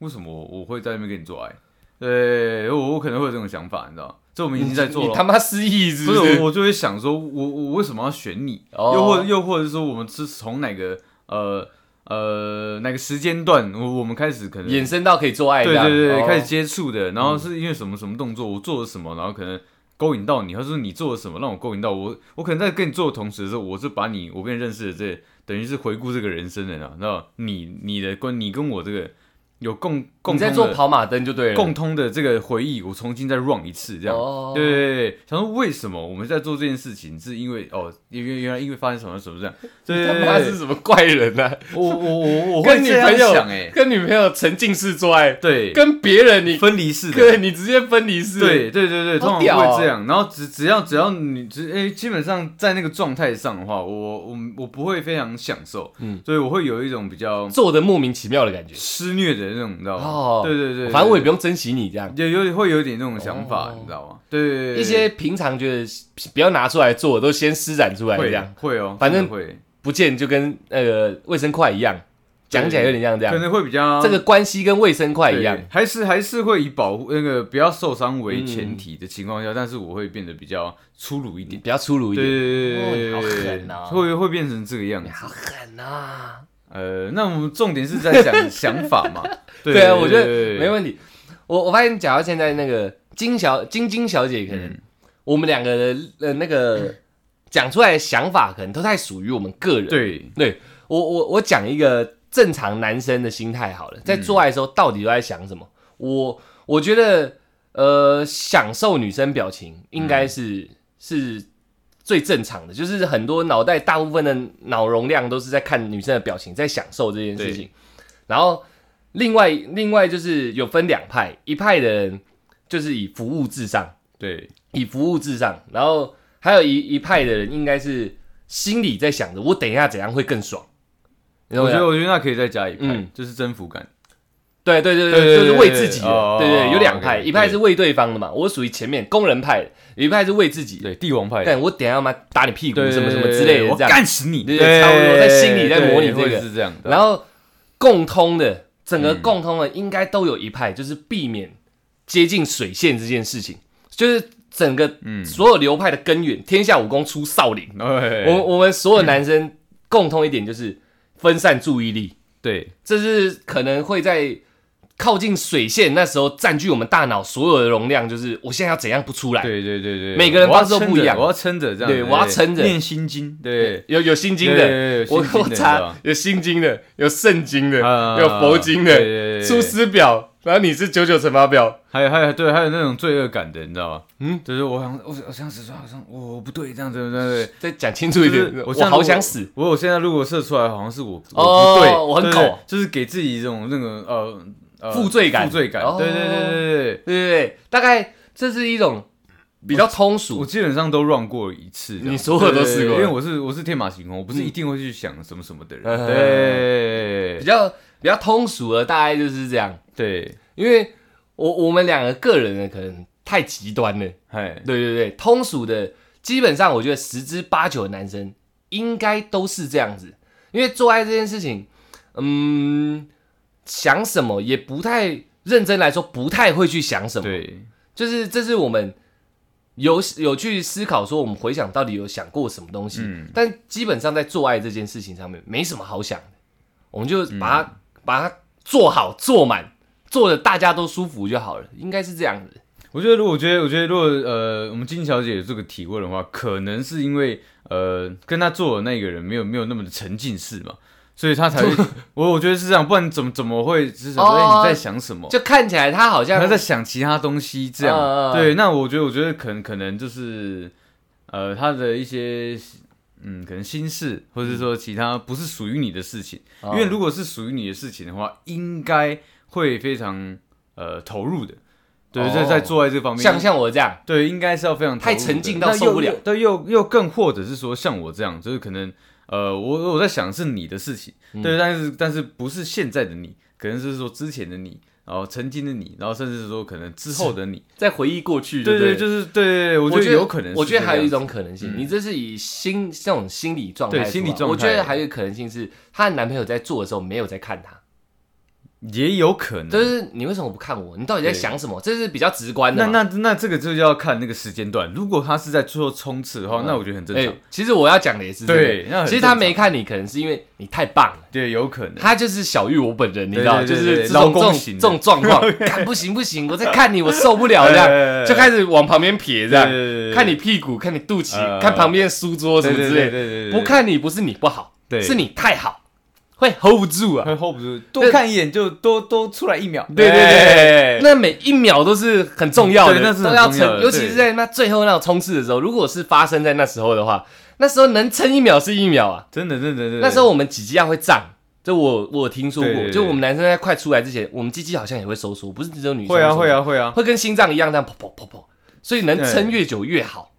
Speaker 2: 为什么我我会在那边跟你做爱？对，我我可能会有这种想法，你知道吗？这我们已经在做
Speaker 1: 你他
Speaker 2: 了。
Speaker 1: 妈失忆是
Speaker 2: 不是
Speaker 1: 是？
Speaker 2: 我，我就会想说，我我为什么要选你？
Speaker 1: 哦
Speaker 2: 又或又或者说，我们是从哪个呃呃哪个时间段，我我们开始可能
Speaker 1: 衍生到可以做爱这
Speaker 2: 对
Speaker 1: 样，
Speaker 2: 对对、
Speaker 1: 哦嗯
Speaker 2: 开始接触的，然后是因为什么什么动作，我做了什么，然后可能勾引到你，或者是你做了什么让我勾引到我，我可能在跟你做的同时的时候，我是把你我跟你认识的这等于是回顾这个人生的呢，然后你你的关你跟我这个有共共
Speaker 1: 你在
Speaker 2: 通
Speaker 1: 做
Speaker 2: 的
Speaker 1: 跑马灯就对了。
Speaker 2: 共通的这个回忆，我重新再 run 一次这样。
Speaker 1: 哦
Speaker 2: 对对对，对想说为什么我们在做这件事情，是因为哦，因为原来因为发生什么什么这样，对
Speaker 1: 他
Speaker 2: 对
Speaker 1: 妈
Speaker 2: 对
Speaker 1: 是什么怪人啊？
Speaker 2: 我我我我会
Speaker 1: 跟女
Speaker 2: 这样
Speaker 1: 朋友
Speaker 2: 想哎、
Speaker 1: 跟女朋友沉浸式做爱，
Speaker 2: 对，
Speaker 1: 跟别人你
Speaker 2: 分离式的，
Speaker 1: 对你直接分离式，
Speaker 2: 对对对对，通
Speaker 1: 好
Speaker 2: 常
Speaker 1: 屌哦
Speaker 2: 会这样。然后只只要只要你只诶、基本上在那个状态上的话，我我我不会非常享受，
Speaker 1: 嗯
Speaker 2: 所以我会有一种比较
Speaker 1: 做的莫名其妙的感觉。
Speaker 2: 施虐的那种，你知道吗？
Speaker 1: 哦
Speaker 2: 对对对，
Speaker 1: 反正我也不用珍惜你这样。
Speaker 2: 也有会有一点那种想法，
Speaker 1: 哦
Speaker 2: 你知道吗？对对对对，
Speaker 1: 一些平常觉得不要拿出来做，都先施展出来这
Speaker 2: 会
Speaker 1: 样，
Speaker 2: 会哦，
Speaker 1: 反正
Speaker 2: 真的会
Speaker 1: 不见就跟那个卫生筷一样，讲起来有点像这
Speaker 2: 可
Speaker 1: 样。
Speaker 2: 能会比较
Speaker 1: 这个关系跟卫生筷
Speaker 2: 对
Speaker 1: 一样，
Speaker 2: 还是还是会以保护那个不要受伤为前提的情况下，但是我会变得比较粗鲁一点
Speaker 1: 比。较嗯粗鲁一
Speaker 2: 对
Speaker 1: 点。
Speaker 2: 对对
Speaker 1: 哦
Speaker 2: 对，
Speaker 1: 你好
Speaker 2: 对
Speaker 1: 狠哦
Speaker 2: 会会变成这个样子
Speaker 1: 你。好狠啊！
Speaker 2: 呃，那我们重点是在讲想法 嘛？
Speaker 1: 对啊，我觉得没
Speaker 2: 题。
Speaker 1: 问题。我我发现，假如现在那个金小金金小姐，可能我们两个的呃那个讲出来的想法，可能都太属于我们个人。
Speaker 2: 对，
Speaker 1: 对我我我讲一个正常男生的心态好了，在做爱的时候到底都在想什么？我我觉得呃，享受女生表情应该是、是最正常的，就是很多脑袋大部分的脑容量都是在看女生的表情，在享受这件事情。然后另外另外就是有分两派，一派的人就是以服务至上，
Speaker 2: 对，
Speaker 1: 以服务至上，然后还有一一派的人应该是心里在想着我等一下怎样会更爽，你懂
Speaker 2: 我
Speaker 1: 我意思
Speaker 2: 觉得
Speaker 1: 吗？
Speaker 2: 我觉得那可以再加一派
Speaker 1: 嗯，
Speaker 2: 就是征服感。
Speaker 1: 对对对
Speaker 2: 对对
Speaker 1: 对，就是
Speaker 2: 对
Speaker 1: 为
Speaker 2: 对
Speaker 1: 自己
Speaker 2: 哦
Speaker 1: 的，对对，有两
Speaker 2: OK，
Speaker 1: 派，一派
Speaker 2: 对
Speaker 1: 是为对方的嘛，我属于前面工人派的，有一派是为自己的，
Speaker 2: 对帝王派，
Speaker 1: 但我等一下嘛打你屁股
Speaker 2: 对
Speaker 1: 什么什么之类的
Speaker 2: 我
Speaker 1: 这样，
Speaker 2: 干死你，
Speaker 1: 对对差不多在心里在模拟这个
Speaker 2: 对会是这样的。
Speaker 1: 然
Speaker 2: 后
Speaker 1: 后共通的整
Speaker 2: 嗯
Speaker 1: 个共通的应该都有一派，就是避免接近水线这件事情，就是整个
Speaker 2: 嗯
Speaker 1: 所有流派的根源，天下武功出少林，我
Speaker 2: 我
Speaker 1: 我们所有男生共通一点就是分散注意力，
Speaker 2: 对
Speaker 1: 这是可能会在靠近水线那时候占据我们大脑所有的容量，就是我现在要怎样不出来。
Speaker 2: 对对对对，
Speaker 1: 每个人
Speaker 2: 我要
Speaker 1: 方式都
Speaker 2: 撑
Speaker 1: 不一
Speaker 2: 着
Speaker 1: 样
Speaker 2: 我要撑着这样，
Speaker 1: 对我要撑着
Speaker 2: 念心经，对，
Speaker 1: 有有心经
Speaker 2: 对对对有
Speaker 1: 的，我
Speaker 2: 心经
Speaker 1: 我
Speaker 2: 的你知道
Speaker 1: 查
Speaker 2: 吧
Speaker 1: 有心经的，有圣经的，
Speaker 2: 啊
Speaker 1: 有佛经
Speaker 2: 对对对
Speaker 1: 的，
Speaker 2: 对
Speaker 1: 出师表，然后你是九九乘法表，
Speaker 2: 还有还有对，还有那种罪恶感的，你知道吗？
Speaker 1: 嗯，
Speaker 2: 就是我好像我我这样子说，好像我我不对，这样子对不对？
Speaker 1: 再讲清楚一
Speaker 2: 就
Speaker 1: 点
Speaker 2: 是，
Speaker 1: 我
Speaker 2: 现在如
Speaker 1: 好
Speaker 2: 果
Speaker 1: 想死。。
Speaker 2: 我我现在如果射出来，好像是我
Speaker 1: 哦
Speaker 2: 我不对，
Speaker 1: 我很
Speaker 2: 对对对
Speaker 1: 狗
Speaker 2: 就是给自己一种那个呃呃
Speaker 1: 负罪感
Speaker 2: 负罪感
Speaker 1: 哦。
Speaker 2: 对对对对对，
Speaker 1: 对对对，大概这是一种比较通
Speaker 2: 我
Speaker 1: 俗，
Speaker 2: 基本上都 run 过一次这样，
Speaker 1: 你所有都试过
Speaker 2: 对对对因为我是我是天马行空，我不是一定会去想什么什么的人。
Speaker 1: 嗯比
Speaker 2: 对
Speaker 1: 较比较通俗的，大概就是这样。
Speaker 2: 对，
Speaker 1: 因为我我们两个个人呢，可能太极端了。
Speaker 2: 嗨，
Speaker 1: 对对对，通俗的，基本上我觉得十之八九的男生应该都是这样子，因为做爱这件事情，嗯，想什么也不太认真来说，不太会去想什么，
Speaker 2: 对
Speaker 1: 就是这是我们有有去思考说，我们回想到底有想过什么东西，
Speaker 2: 嗯
Speaker 1: 但基本上在做爱这件事情上面没什么好想的，我们就把它、
Speaker 2: 嗯
Speaker 1: 把它做好做满，做的大家都舒服就好了，应该是这样子。
Speaker 2: 我觉得，如果我觉得，我觉得，如果呃，我们金小姐有这个提问的话，可能是因为呃，跟她做的那个人没有没有那么的沉浸式嘛，所以她才会，我我觉得是这样，不然怎么怎么会只是想说，哎、
Speaker 1: 哦
Speaker 2: 你在想什么？
Speaker 1: 就看起来他好像
Speaker 2: 她在想其他东西，这样、
Speaker 1: 嗯嗯嗯
Speaker 2: 对。那我觉得，我觉得可能可能就是呃，她的一些嗯，可能心事，或者说其他不是属于你的事情，因为如果是属于你的事情的话，应该会非常呃投入的。对，在
Speaker 1: 哦
Speaker 2: 在做在这方面，
Speaker 1: 像像我这样，
Speaker 2: 对，应该是要非常投入的
Speaker 1: 太沉浸到受不了。
Speaker 2: 那又又对，又又更或者是说像我这样，就是可能呃，我我在想是你的事情，对，但是但是不是现在的你，可能是说之前的你，然后曾经的你，然后甚至是说可能之后的你，
Speaker 1: 在回忆过去，
Speaker 2: 对
Speaker 1: 对
Speaker 2: 对，
Speaker 1: 不
Speaker 2: 就是对对对，我
Speaker 1: 我
Speaker 2: 觉得有可能是这个样子，嗯
Speaker 1: 我觉得还有一种可能性，你这是以心这种心理状态出
Speaker 2: 对
Speaker 1: 来，
Speaker 2: 心理状态
Speaker 1: 我觉得还有一个可能性是，她的男朋友在做的时候没有在看她，
Speaker 2: 也有可
Speaker 1: 就
Speaker 2: 能。
Speaker 1: 是你为什么不看我？你到底在
Speaker 2: 嗯对
Speaker 1: 想什么？这是比较直观的
Speaker 2: 那
Speaker 1: 嘛。
Speaker 2: 那那这个就要看那个时间段，如果他是在做冲刺的话，
Speaker 1: 嗯
Speaker 2: 那我觉得很正
Speaker 1: 哎、
Speaker 2: 常。
Speaker 1: 其实我要讲的也是这个
Speaker 2: 对那很
Speaker 1: 其实他
Speaker 2: 正常
Speaker 1: 没看你，可能是因为你太棒了。
Speaker 2: 对，有可能。
Speaker 1: 他就是小玉我本人，你知道，
Speaker 2: 对
Speaker 1: 就
Speaker 2: 对对对
Speaker 1: 是这
Speaker 2: 劳
Speaker 1: 种
Speaker 2: 工
Speaker 1: 这种
Speaker 2: 型
Speaker 1: 这
Speaker 2: 的
Speaker 1: 种状况， 干不行不行，我在看你，我受不了这
Speaker 2: 哎哎哎
Speaker 1: 样，就开始往旁边撇这样
Speaker 2: 对对对对，
Speaker 1: 看你屁股，看你肚脐
Speaker 2: 呃，
Speaker 1: 看旁边书桌什么之
Speaker 2: 对对对
Speaker 1: 类的，
Speaker 2: 对对对对
Speaker 1: 不看你不是你不好，
Speaker 2: 对
Speaker 1: 是你太好，会 hold 不住啊。
Speaker 2: 会 hold 不住，多看一眼就多多出来一秒。
Speaker 1: 对对对，
Speaker 2: 哎
Speaker 1: 那每一秒都是很重要的，
Speaker 2: 对那是很
Speaker 1: 都要
Speaker 2: 重要的
Speaker 1: 撑，尤其是在那最后那种冲刺的时候，如果是发生在那时候的话，那时候能撑一秒是一秒啊。
Speaker 2: 真的真的真的。
Speaker 1: 那时候我们几鸡啊会胀，这我我有听说过，
Speaker 2: 对对对
Speaker 1: 就我们男生在快出来之前，我们鸡鸡好像也会收缩，不是只有女生
Speaker 2: 会啊
Speaker 1: 收缩
Speaker 2: 会，啊会啊，
Speaker 1: 会跟心脏一样这样砰砰砰砰，所以能
Speaker 2: 对
Speaker 1: 撑越久越好。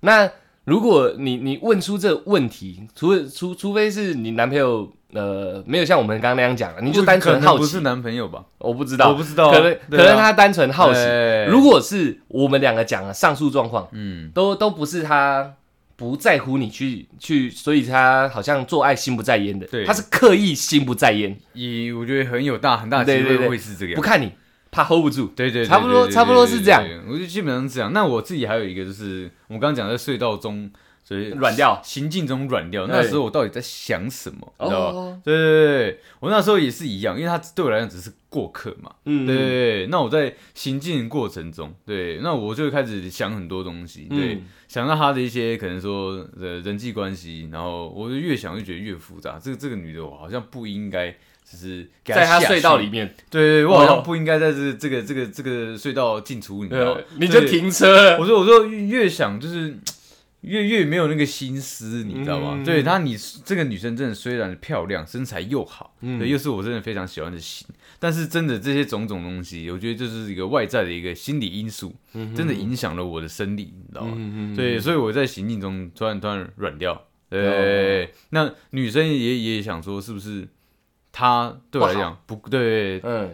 Speaker 1: 那如果你你问出这个问题，除了除除非是你男朋友呃没有像我们刚刚那样讲，你就单纯
Speaker 2: 可能
Speaker 1: 好
Speaker 2: 不
Speaker 1: 奇
Speaker 2: 是，男朋友吧？
Speaker 1: 我不知道，
Speaker 2: 我不知道啊
Speaker 1: 可能、可
Speaker 2: 对啊
Speaker 1: 能他单纯好奇。
Speaker 2: 哎
Speaker 1: 如果是我们两个讲的上述状况，
Speaker 2: 嗯，
Speaker 1: 都都不是他不在乎你去去，所以他好像做爱心不在焉的，
Speaker 2: 对
Speaker 1: 他是刻意心不在焉，
Speaker 2: 以我觉得很有大很大机
Speaker 1: 对对
Speaker 2: 会
Speaker 1: 对
Speaker 2: 会是这个样
Speaker 1: 不
Speaker 2: 子。
Speaker 1: 看你，怕 hold 不住。
Speaker 2: 对对，对
Speaker 1: 差不多
Speaker 2: 对对对
Speaker 1: 差不多是这样
Speaker 2: 对对对我就基本上是这样。那我自己还有一个就是，我刚刚讲在隧道中，所以
Speaker 1: 软掉
Speaker 2: 行进中软掉。
Speaker 1: 对
Speaker 2: 那时候我到底在想什么？你知道吗
Speaker 1: 哦？
Speaker 2: 对对对对，我那时候也是一样，因为他对我来讲只是过客嘛。
Speaker 1: 嗯
Speaker 2: 对对对，那我在行进过程中，对，那我就会开始想很多东西，对，
Speaker 1: 嗯
Speaker 2: 想到她的一些可能说呃人际关系，然后我就越想就觉得越复杂。这个这个女的，我好像不应该只是给她
Speaker 1: 在他
Speaker 2: 下
Speaker 1: 隧道
Speaker 2: 去
Speaker 1: 里，面，
Speaker 2: 对对，我好
Speaker 1: 哦
Speaker 2: 像不应该在这这个这个这个隧道进出，你知道吗
Speaker 1: 呃，你就
Speaker 2: 对
Speaker 1: 停车了。
Speaker 2: 我说，我说越想就是越越没有那个心思，你知道吗？
Speaker 1: 嗯
Speaker 2: 对，她你这个女生真的虽然漂亮，身材又好，
Speaker 1: 嗯
Speaker 2: 对，又是我真的非常喜欢的型，但是真的这些种种东西，我觉得就是一个外在的一个心理因素，真的影响了我的生理，你知道吗？
Speaker 1: 嗯嗯嗯
Speaker 2: 对，所以我在行进中
Speaker 1: 哦
Speaker 2: 突然突然软掉。对，那女生也也想说，是不是他对我来
Speaker 1: 不好
Speaker 2: 讲不对，
Speaker 1: 嗯，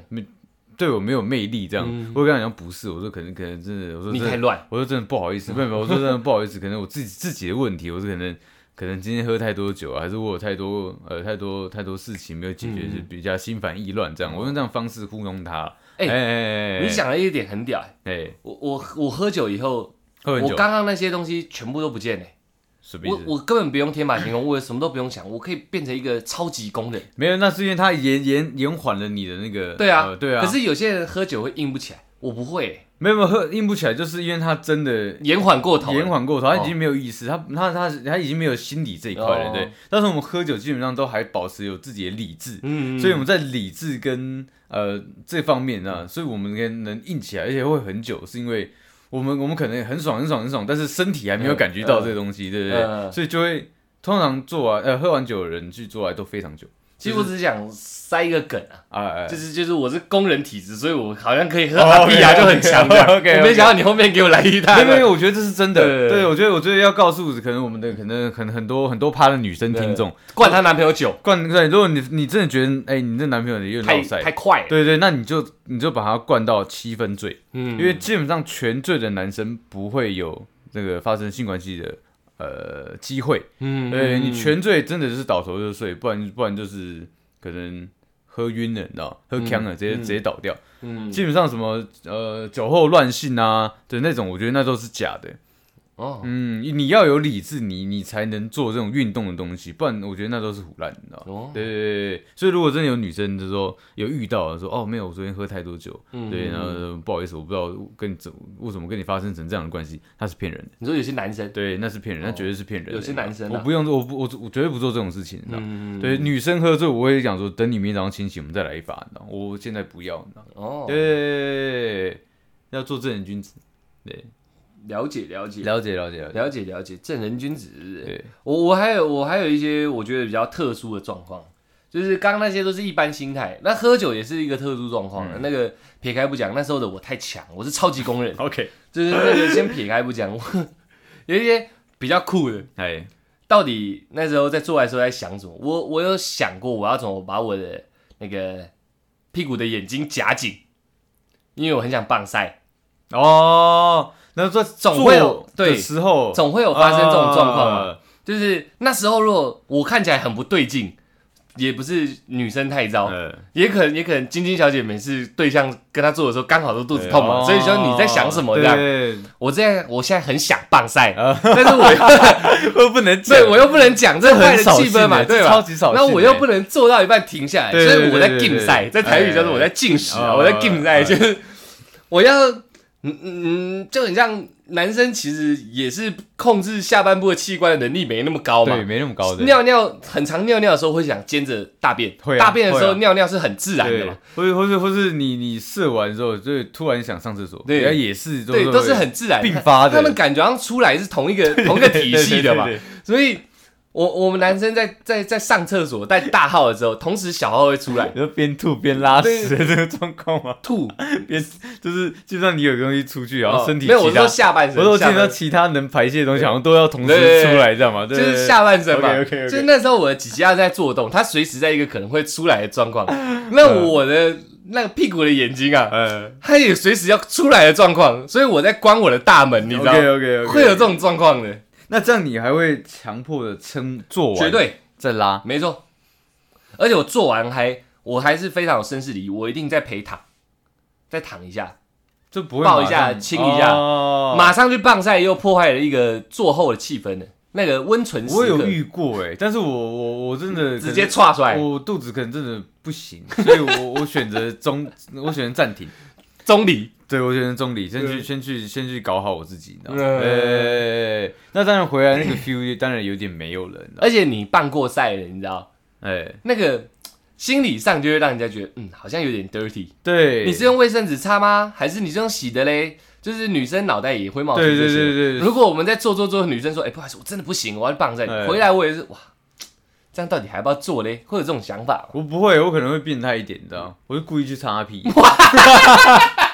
Speaker 2: 对我没有魅力这样。我会跟他讲不是，我说可能可能真的，我说
Speaker 1: 你
Speaker 2: 真的
Speaker 1: 太乱，
Speaker 2: 我说真的不好意思，没有没有，我说真的不好意思，可能我自己自己的问题，我是可能可能今天喝太多酒啊，还是我有太多呃太多太多事情没有解决，
Speaker 1: 嗯
Speaker 2: 就比较心烦意乱这样，我用这样方式糊弄他。
Speaker 1: 哎
Speaker 2: 哎
Speaker 1: 你讲了一点很屌、欸，
Speaker 2: 哎，
Speaker 1: 我我我喝酒以后，
Speaker 2: 喝很
Speaker 1: 我
Speaker 2: 久，
Speaker 1: 刚刚那些东西全部都不见了欸、
Speaker 2: 什么意
Speaker 1: 我
Speaker 2: 思？
Speaker 1: 我根本不用天马行空，我也什么都不用想，我可以变成一个超级工人。
Speaker 2: 没有，那是因为他延延延缓了你的那个
Speaker 1: 对啊，
Speaker 2: 呃对啊，
Speaker 1: 可是有些人喝酒会硬不起来，我不会欸、
Speaker 2: 没有没有喝硬不起来，就是因为他真的
Speaker 1: 延缓过头了，
Speaker 2: 延缓过头，他
Speaker 1: 哦
Speaker 2: 已经没有意识，他他他他已经没有心理这一块
Speaker 1: 哦
Speaker 2: 了。对，但是我们喝酒基本上都还保持有自己的理智，
Speaker 1: 嗯，嗯，
Speaker 2: 所以
Speaker 1: 嗯
Speaker 2: 我们在理智跟呃这方面啊，所以我们能能硬起来，而且会很久，是因为我们我们可能很爽很爽很爽，但是身体还没有感觉
Speaker 1: 嗯
Speaker 2: 到这个东西，对不对？
Speaker 1: 嗯
Speaker 2: 所以就会通常做完呃喝完酒的人去做啊完都非常久
Speaker 1: 其实我只是想塞一个梗啊，
Speaker 2: 啊，哎
Speaker 1: 就
Speaker 2: 哎
Speaker 1: 是就是我是工人体质，所以我好像可以喝
Speaker 2: 哦
Speaker 1: 阿比亚
Speaker 2: OK，OK，
Speaker 1: 就很强这样。
Speaker 2: OK，OK
Speaker 1: 我没想到你后面给我来一大
Speaker 2: 没有没
Speaker 1: 段，
Speaker 2: 有，我觉得这是真的。
Speaker 1: 对对对
Speaker 2: 对，我觉得我觉得要告诉可能我们的可能很很多很多趴的女生听众，
Speaker 1: 灌她男朋友酒，
Speaker 2: 灌对，如果你你真的觉得，哎、你这男朋友有点
Speaker 1: 太
Speaker 2: 落塞，
Speaker 1: 太快了，
Speaker 2: 对对，那你就你就把他灌到七分醉，
Speaker 1: 嗯
Speaker 2: 因为基本上全醉的男生不会有那个发生性关系的呃机会。
Speaker 1: 嗯
Speaker 2: 对你
Speaker 1: 嗯
Speaker 2: 全醉真的就是倒头就睡，不然不然就是可能喝晕了，你知道，喝呛了，直接、
Speaker 1: 嗯
Speaker 2: 直接倒掉。
Speaker 1: 嗯
Speaker 2: 基本上什么呃酒后乱性啊的那种，我觉得那都是假的。
Speaker 1: 哦，
Speaker 2: 嗯，你要有理智，你你才能做这种运动的东西，不然我觉得那都是胡乱，你知道。
Speaker 1: 哦
Speaker 2: 对对对对，所以如果真的有女生就说有遇到说哦没有，我昨天喝太多酒，
Speaker 1: 嗯
Speaker 2: 对，然后呃不好意思，我不知道跟你怎为什么跟你发生成这样的关系，他是骗人的，
Speaker 1: 你说有些男生，
Speaker 2: 对，那是骗人，那
Speaker 1: 哦
Speaker 2: 绝对是骗人的。
Speaker 1: 有些男生啊
Speaker 2: 我不用，我不我我绝对不做这种事情，你知道。
Speaker 1: 嗯，
Speaker 2: 对，女生喝醉，我会讲说，等你明天早上清醒，我们再来一发，你知道。我现在不要，你知道。
Speaker 1: 哦，
Speaker 2: 对，要做正人君子。
Speaker 1: 了解了解
Speaker 2: 了解了解了解。
Speaker 1: 了解了解，正人君子。
Speaker 2: 对，，
Speaker 1: 我我还有我还有一些我觉得比较特殊的状况，就是刚刚那些都是一般心态，那喝酒也是一个特殊状况。那个撇开不讲，那时候的我太强，我是超级工人
Speaker 2: OK，
Speaker 1: 就是那个先撇开不讲，我 有一些比较酷的，
Speaker 2: 哎，
Speaker 1: 到底那时候在做爱的时候在想什么？我我有想过我要怎么把我的那个屁股的眼睛夹紧，因为我很想棒晒，
Speaker 2: 哦，那这
Speaker 1: 总会有对
Speaker 2: 的时候
Speaker 1: 总会有发生这种状况嘛。
Speaker 2: 啊
Speaker 1: 就是那时候，如果我看起来很不对劲，也不是女生太糟，
Speaker 2: 呃，
Speaker 1: 也可能也可能晶晶小姐每次对象跟她做的时候刚好都肚子痛嘛，
Speaker 2: 哦
Speaker 1: 所以说你在想什么这样？
Speaker 2: 对，
Speaker 1: 我这样我现在很想棒 晒，
Speaker 2: 啊
Speaker 1: 但是我又
Speaker 2: 我不能
Speaker 1: 对我又不能讲，这坏了
Speaker 2: 扫兴
Speaker 1: 气氛嘛，
Speaker 2: 欸
Speaker 1: 对
Speaker 2: 这
Speaker 1: 吧？
Speaker 2: 超级扫兴
Speaker 1: 那我又
Speaker 2: 欸
Speaker 1: 不能做到一半停下来，所
Speaker 2: 对
Speaker 1: 以
Speaker 2: 对
Speaker 1: 我在
Speaker 2: 对对
Speaker 1: 竞
Speaker 2: 对
Speaker 1: 赛，
Speaker 2: 对
Speaker 1: 在台语叫做我在进食啊，
Speaker 2: 哎
Speaker 1: 我在竞赛，
Speaker 2: 哎
Speaker 1: 就是我要。嗯嗯，嗯，就很像男生，其实也是控制下半部的器官的能力没那么高嘛
Speaker 2: 对，。没那么高的
Speaker 1: 尿尿很常尿尿的时候会想兼着大便，
Speaker 2: 会啊
Speaker 1: 大便的时
Speaker 2: 会
Speaker 1: 候
Speaker 2: 啊
Speaker 1: 尿尿是很自然的
Speaker 2: 对
Speaker 1: 嘛，，
Speaker 2: 或者或是或是你你射完之后，就突然想上厕所，
Speaker 1: 对
Speaker 2: 人家也是
Speaker 1: 对，都是很自然
Speaker 2: 并发的
Speaker 1: 他 们感觉好像出来是同一个同一个体系的嘛，
Speaker 2: 对对对对
Speaker 1: 所以我我们男生在在在上厕所在大号的时候，同时小号会出来
Speaker 2: 对就边吐边拉屎的这个状况吗？
Speaker 1: 吐，哦
Speaker 2: 边就是基本上你有个东西出去，然后身体
Speaker 1: 没有，我
Speaker 2: 其他
Speaker 1: 说，下半身，
Speaker 2: 我说基
Speaker 1: 下
Speaker 2: 本上
Speaker 1: 半身
Speaker 2: 其他能排泄的东西好像都要同时
Speaker 1: 对对对
Speaker 2: 出来，知道吗？就
Speaker 1: 就是下半身嘛
Speaker 2: OK，OK，OK
Speaker 1: 就是那时候我的几肌压在做动，它随时在一个可能会出来的状 况，那我的那个屁股的眼睛啊，
Speaker 2: 呃，
Speaker 1: 它也随时要出来的状况，所以我在关我的大门，你知道吗
Speaker 2: OK OK OK，
Speaker 1: 会有这。种状况的，
Speaker 2: 那这样你还会强迫的撑做完，
Speaker 1: 绝对
Speaker 2: 再拉，
Speaker 1: 没错。而且我做完还，我还是非常有绅士礼仪，我一定再陪躺，再躺一下，
Speaker 2: 就不会
Speaker 1: 抱一
Speaker 2: 马
Speaker 1: 下
Speaker 2: 上
Speaker 1: 亲一下
Speaker 2: 哦
Speaker 1: 马上去棒晒，又破坏了一个做后的气氛的那个温存时刻，
Speaker 2: 我有遇过哎、但是我我我真的
Speaker 1: 直接踹出来，
Speaker 2: 我肚子可能真的不行，所以我我选择中， 我选择暂停。
Speaker 1: 中离，
Speaker 2: 对，我选择中立，先去
Speaker 1: 对
Speaker 2: 先去先去搞好我自己，你知道吗？
Speaker 1: 嗯
Speaker 2: 哎那当然回来那 个 feel 当然有点没有了，你知道吗
Speaker 1: 而且你棒过赛了，你知道
Speaker 2: 哎，
Speaker 1: 那个。心理上就会让人家觉得，嗯，好像有点 dirty。
Speaker 2: 对，
Speaker 1: 你是用卫生纸擦吗？还是你是用洗的嘞？就是女生脑袋也会冒出
Speaker 2: 对
Speaker 1: 这
Speaker 2: 对
Speaker 1: 些。
Speaker 2: 对对对，
Speaker 1: 如果我们在做做做，女生说：“哎、不好意思，我真的不行，我要棒在你。
Speaker 2: 哎
Speaker 1: 回来我也是哇，这样到底还要不要做嘞？会有这种想法吗？哦
Speaker 2: 我不会，我可能会变态一点，你知道
Speaker 1: 嗯
Speaker 2: 吗？我就故意去擦他屁，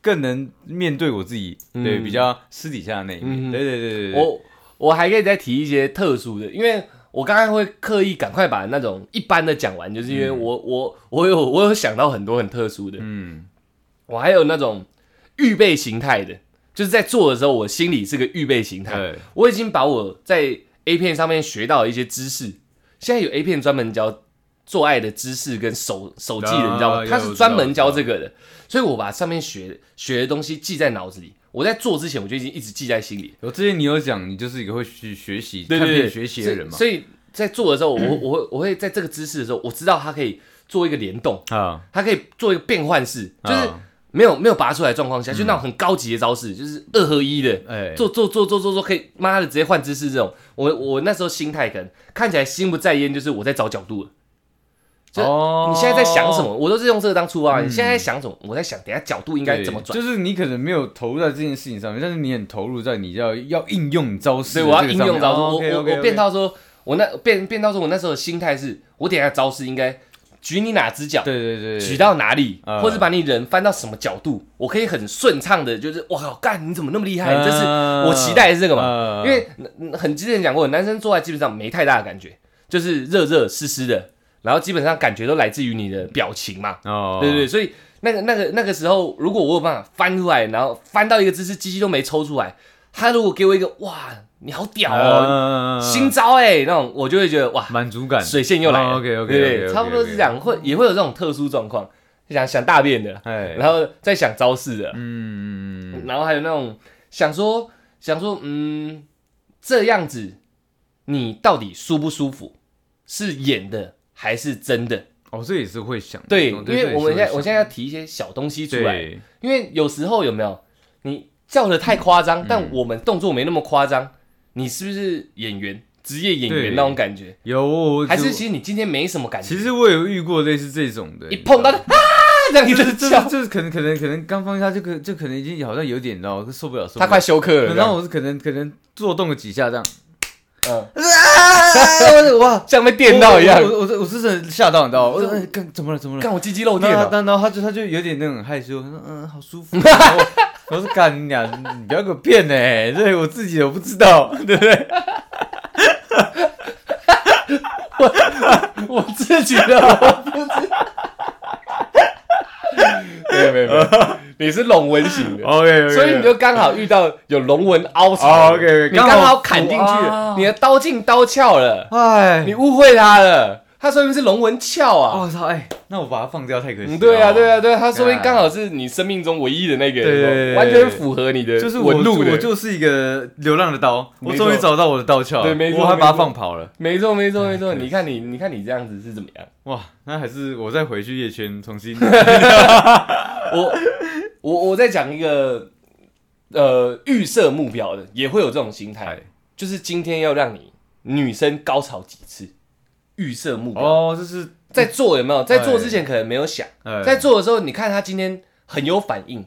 Speaker 2: 更能面对我自己，
Speaker 1: 嗯
Speaker 2: 对比较私底下的那一
Speaker 1: 嗯
Speaker 2: 面。对对对对 对，
Speaker 1: 我我还可以再提一些特殊的，因为我刚刚会刻意赶快把那种一般的讲完，就是因为我、我我有我有想到很多很特殊的，
Speaker 2: 嗯
Speaker 1: 我还有那种预备形态的，就是在做的时候我心里是个预备形态，
Speaker 2: 对，
Speaker 1: 我已经把我在 A 片上面学到的一些知识，现在有 A 片专门教。做爱的知识跟手手技的，
Speaker 2: 啊
Speaker 1: 你知道吗？
Speaker 2: 有
Speaker 1: 他
Speaker 2: 我
Speaker 1: 是
Speaker 2: 知
Speaker 1: 专
Speaker 2: 道
Speaker 1: 门
Speaker 2: 我知
Speaker 1: 教
Speaker 2: 道
Speaker 1: 这个的，所以我把上面学学的东西记在脑子里。我在做之前，我就已经一直记在心里。
Speaker 2: 我之前你有讲，你就是一个会去学习、
Speaker 1: 对
Speaker 2: 看
Speaker 1: 对对，
Speaker 2: 片学习的人嘛。
Speaker 1: 所以所以在做的时候，我 我我会我会在这个姿势的时候，我知道它可以做一个联动，
Speaker 2: 啊，
Speaker 1: 它可以做一个变换式，就是
Speaker 2: 啊
Speaker 1: 没有没有拔出来的状况下，就那种很高级的招式，就是二合一的。
Speaker 2: 哎，
Speaker 1: 做做做做做做，可以妈的直接换姿势这种，我我那时候心态可能看起来心不在焉，就是我在找角度了。就
Speaker 2: 哦
Speaker 1: 你现在在想什么？我都是用这个当出发。你现在在想什么？我在想，等一下角度应
Speaker 2: 应
Speaker 1: 该怎么转。
Speaker 2: 嗯就是你可能没有投入在这件事情上面，但是你很投入在你要要应用招式
Speaker 1: 所以
Speaker 2: 的这
Speaker 1: 我要
Speaker 2: 个上
Speaker 1: 应
Speaker 2: 面，
Speaker 1: 用招式。我
Speaker 2: 哦，OK，OK，OK
Speaker 1: 我我变到说，我那变变到说我那时候的心态是，我等一下招式应该举你哪只脚，
Speaker 2: 对对对，对
Speaker 1: 举到哪里，
Speaker 2: 呃
Speaker 1: 或者把你人翻到什么角度，我可以很顺畅的，就是哇靠，干你怎么那么厉害？这是
Speaker 2: 呃
Speaker 1: 我期待的是这个嘛？
Speaker 2: 呃
Speaker 1: 因为嗯很之前讲过，男生做爱基本上没太大的感觉，就是热热湿湿的，然后基本上感觉都来自于你的表情嘛。
Speaker 2: 哦，
Speaker 1: 对对，所以那个那个那个时候，如果我有办法翻出来，然后翻到一个姿势，鸡鸡都没抽出来，他如果给我一个哇，你好屌哦，
Speaker 2: 哦
Speaker 1: 新招哎、那种，我就会觉得哇，
Speaker 2: 满足感，
Speaker 1: 水线又来了。
Speaker 2: 哦，OK，OK，OK，OK，OK
Speaker 1: 对对，差不多是这样，会也会有这种特殊状况，想想大便的，
Speaker 2: 哎，
Speaker 1: 然后再想招式的，
Speaker 2: 嗯，
Speaker 1: 然后还有那种想说想说，嗯，这样子你到底舒不舒服？是演的还是真的？
Speaker 2: 哦，这也是会想的，
Speaker 1: 对，
Speaker 2: 哦
Speaker 1: 因为我们现在我现在要提一些小东西出来，因为有时候有没有你叫的太夸
Speaker 2: 嗯
Speaker 1: 张，但我们动作没那么夸张，你是不是演员？职业演
Speaker 2: 对
Speaker 1: 员那种感觉，
Speaker 2: 有我
Speaker 1: 还是其实你今天没什么感觉？
Speaker 2: 其实嗯我有遇过类似这种的，
Speaker 1: 一碰到就啊，这样一
Speaker 2: 就是
Speaker 1: 直
Speaker 2: 就
Speaker 1: 叫
Speaker 2: 是，就是可能可能可能刚放下就可就可能已经好像有点，你知道受不了，受不了
Speaker 1: 他快休克了。
Speaker 2: 然后我是可能可能做动了几下这样，
Speaker 1: 嗯，
Speaker 2: 啊哇，
Speaker 1: 像被电到一样
Speaker 2: 我，我我我是真的吓到，你知道吗？我说哎干怎么了怎么了？
Speaker 1: 看我鸡鸡漏电哦
Speaker 2: 然后
Speaker 1: 了。
Speaker 2: 他然后他就他就有点那种害羞，他说嗯好 舒服。然后我我说干你俩，你不要给我骗呢、对我自己我不知道，对不对？
Speaker 1: 我自己的，我不知道。没有没有没有，你是龙纹型 的，
Speaker 2: OK，,
Speaker 1: 所以你就刚好遇到有龙纹凹槽
Speaker 2: 哦
Speaker 1: 的
Speaker 2: ，OK，OK，
Speaker 1: 你
Speaker 2: 刚好
Speaker 1: 刚好砍进去了
Speaker 2: 哇，
Speaker 1: 你的刀进刀鞘了。
Speaker 2: 哎
Speaker 1: 你，误会他了，他说明是龙纹鞘啊。
Speaker 2: 我操哎，那我把它放掉太可惜了、
Speaker 1: 嗯，对啊，对
Speaker 2: 啊，
Speaker 1: 啊，对啊，他说明刚好是你生命中唯一的那个，
Speaker 2: 对对对对
Speaker 1: 完全符合你的
Speaker 2: 就是我
Speaker 1: 纹路
Speaker 2: 我
Speaker 1: 的。
Speaker 2: 就是一个流浪的刀，
Speaker 1: 没
Speaker 2: 我
Speaker 1: 错
Speaker 2: 终于找到我的刀鞘了，
Speaker 1: 对没错
Speaker 2: 我还把
Speaker 1: 没
Speaker 2: 它
Speaker 1: 错
Speaker 2: 放跑了。
Speaker 1: 没错，没错，没 错。你看你，你看你这样子是怎么样？
Speaker 2: 哇，那还是我再回去夜圈 重新。
Speaker 1: 我我我再讲一个，呃，预设目标的也会有这种心态
Speaker 2: 哎，
Speaker 1: 就是今天要让你女生高潮几次，预设目标。
Speaker 2: 哦，就是
Speaker 1: 在做有没有？在做之前可能没有想，
Speaker 2: 哎
Speaker 1: 在做的时候，你看他今天很有反应，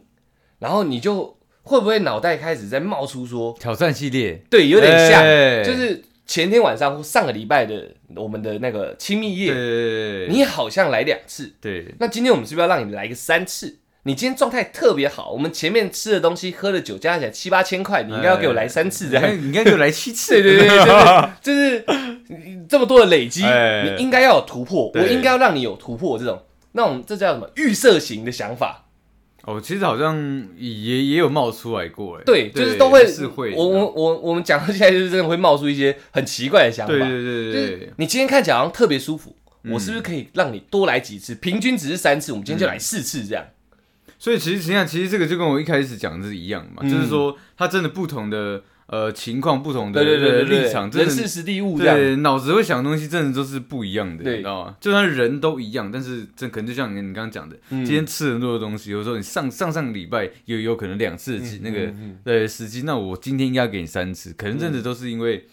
Speaker 1: 然后你就会不会脑袋开始在冒出说，
Speaker 2: 挑战系列，
Speaker 1: 对，有点像，
Speaker 2: 哎
Speaker 1: 就是前天晚上或上个礼拜的我们的那个亲密
Speaker 2: 对
Speaker 1: 夜，
Speaker 2: 对对
Speaker 1: 你好像来两次，
Speaker 2: 对
Speaker 1: 那今天我们是不是要让你来个三次？你今天状态特别好，我们前面吃的东西、喝的酒加起来七八千块，你应该要给我来三次这
Speaker 2: 对，
Speaker 1: 样。
Speaker 2: 你应该就来七次，
Speaker 1: 对对对，对就是就是这么多的累积，
Speaker 2: 哎
Speaker 1: 你应该要有突破，我
Speaker 2: 对
Speaker 1: 应该要让你有突破，这种那种这叫什么预设型的想法？
Speaker 2: 哦，其实好像也也有冒出来过，哎，
Speaker 1: 对，就是都会，
Speaker 2: 是会，
Speaker 1: 我我我我们讲到现在就是真的会冒出一些很奇怪的想法。
Speaker 2: 对对对
Speaker 1: 就
Speaker 2: 对
Speaker 1: 是
Speaker 2: 对，
Speaker 1: 你今天看起来好像特别舒服，我是不是可以让你多来几次？平均只是三次，我们今天就来四次这样。
Speaker 2: 所以其实实际上，其实这个就跟我一开始讲的是一样嘛，
Speaker 1: 嗯
Speaker 2: 就是说它真的不同的呃情况，不同的
Speaker 1: 对对对对对，
Speaker 2: 立场，真
Speaker 1: 人
Speaker 2: 的
Speaker 1: 事实地物这样。
Speaker 2: 对脑子会想的东西真的都是不一样的，
Speaker 1: 对嗯
Speaker 2: 你知道吗？就算人都一样，但是这可能就像你刚刚讲的，今天吃很多的东西，有时候你上上上礼拜有有可能两次的那个
Speaker 1: 嗯嗯
Speaker 2: 对时机，那我今天应该要给你三次，可能真的都是因为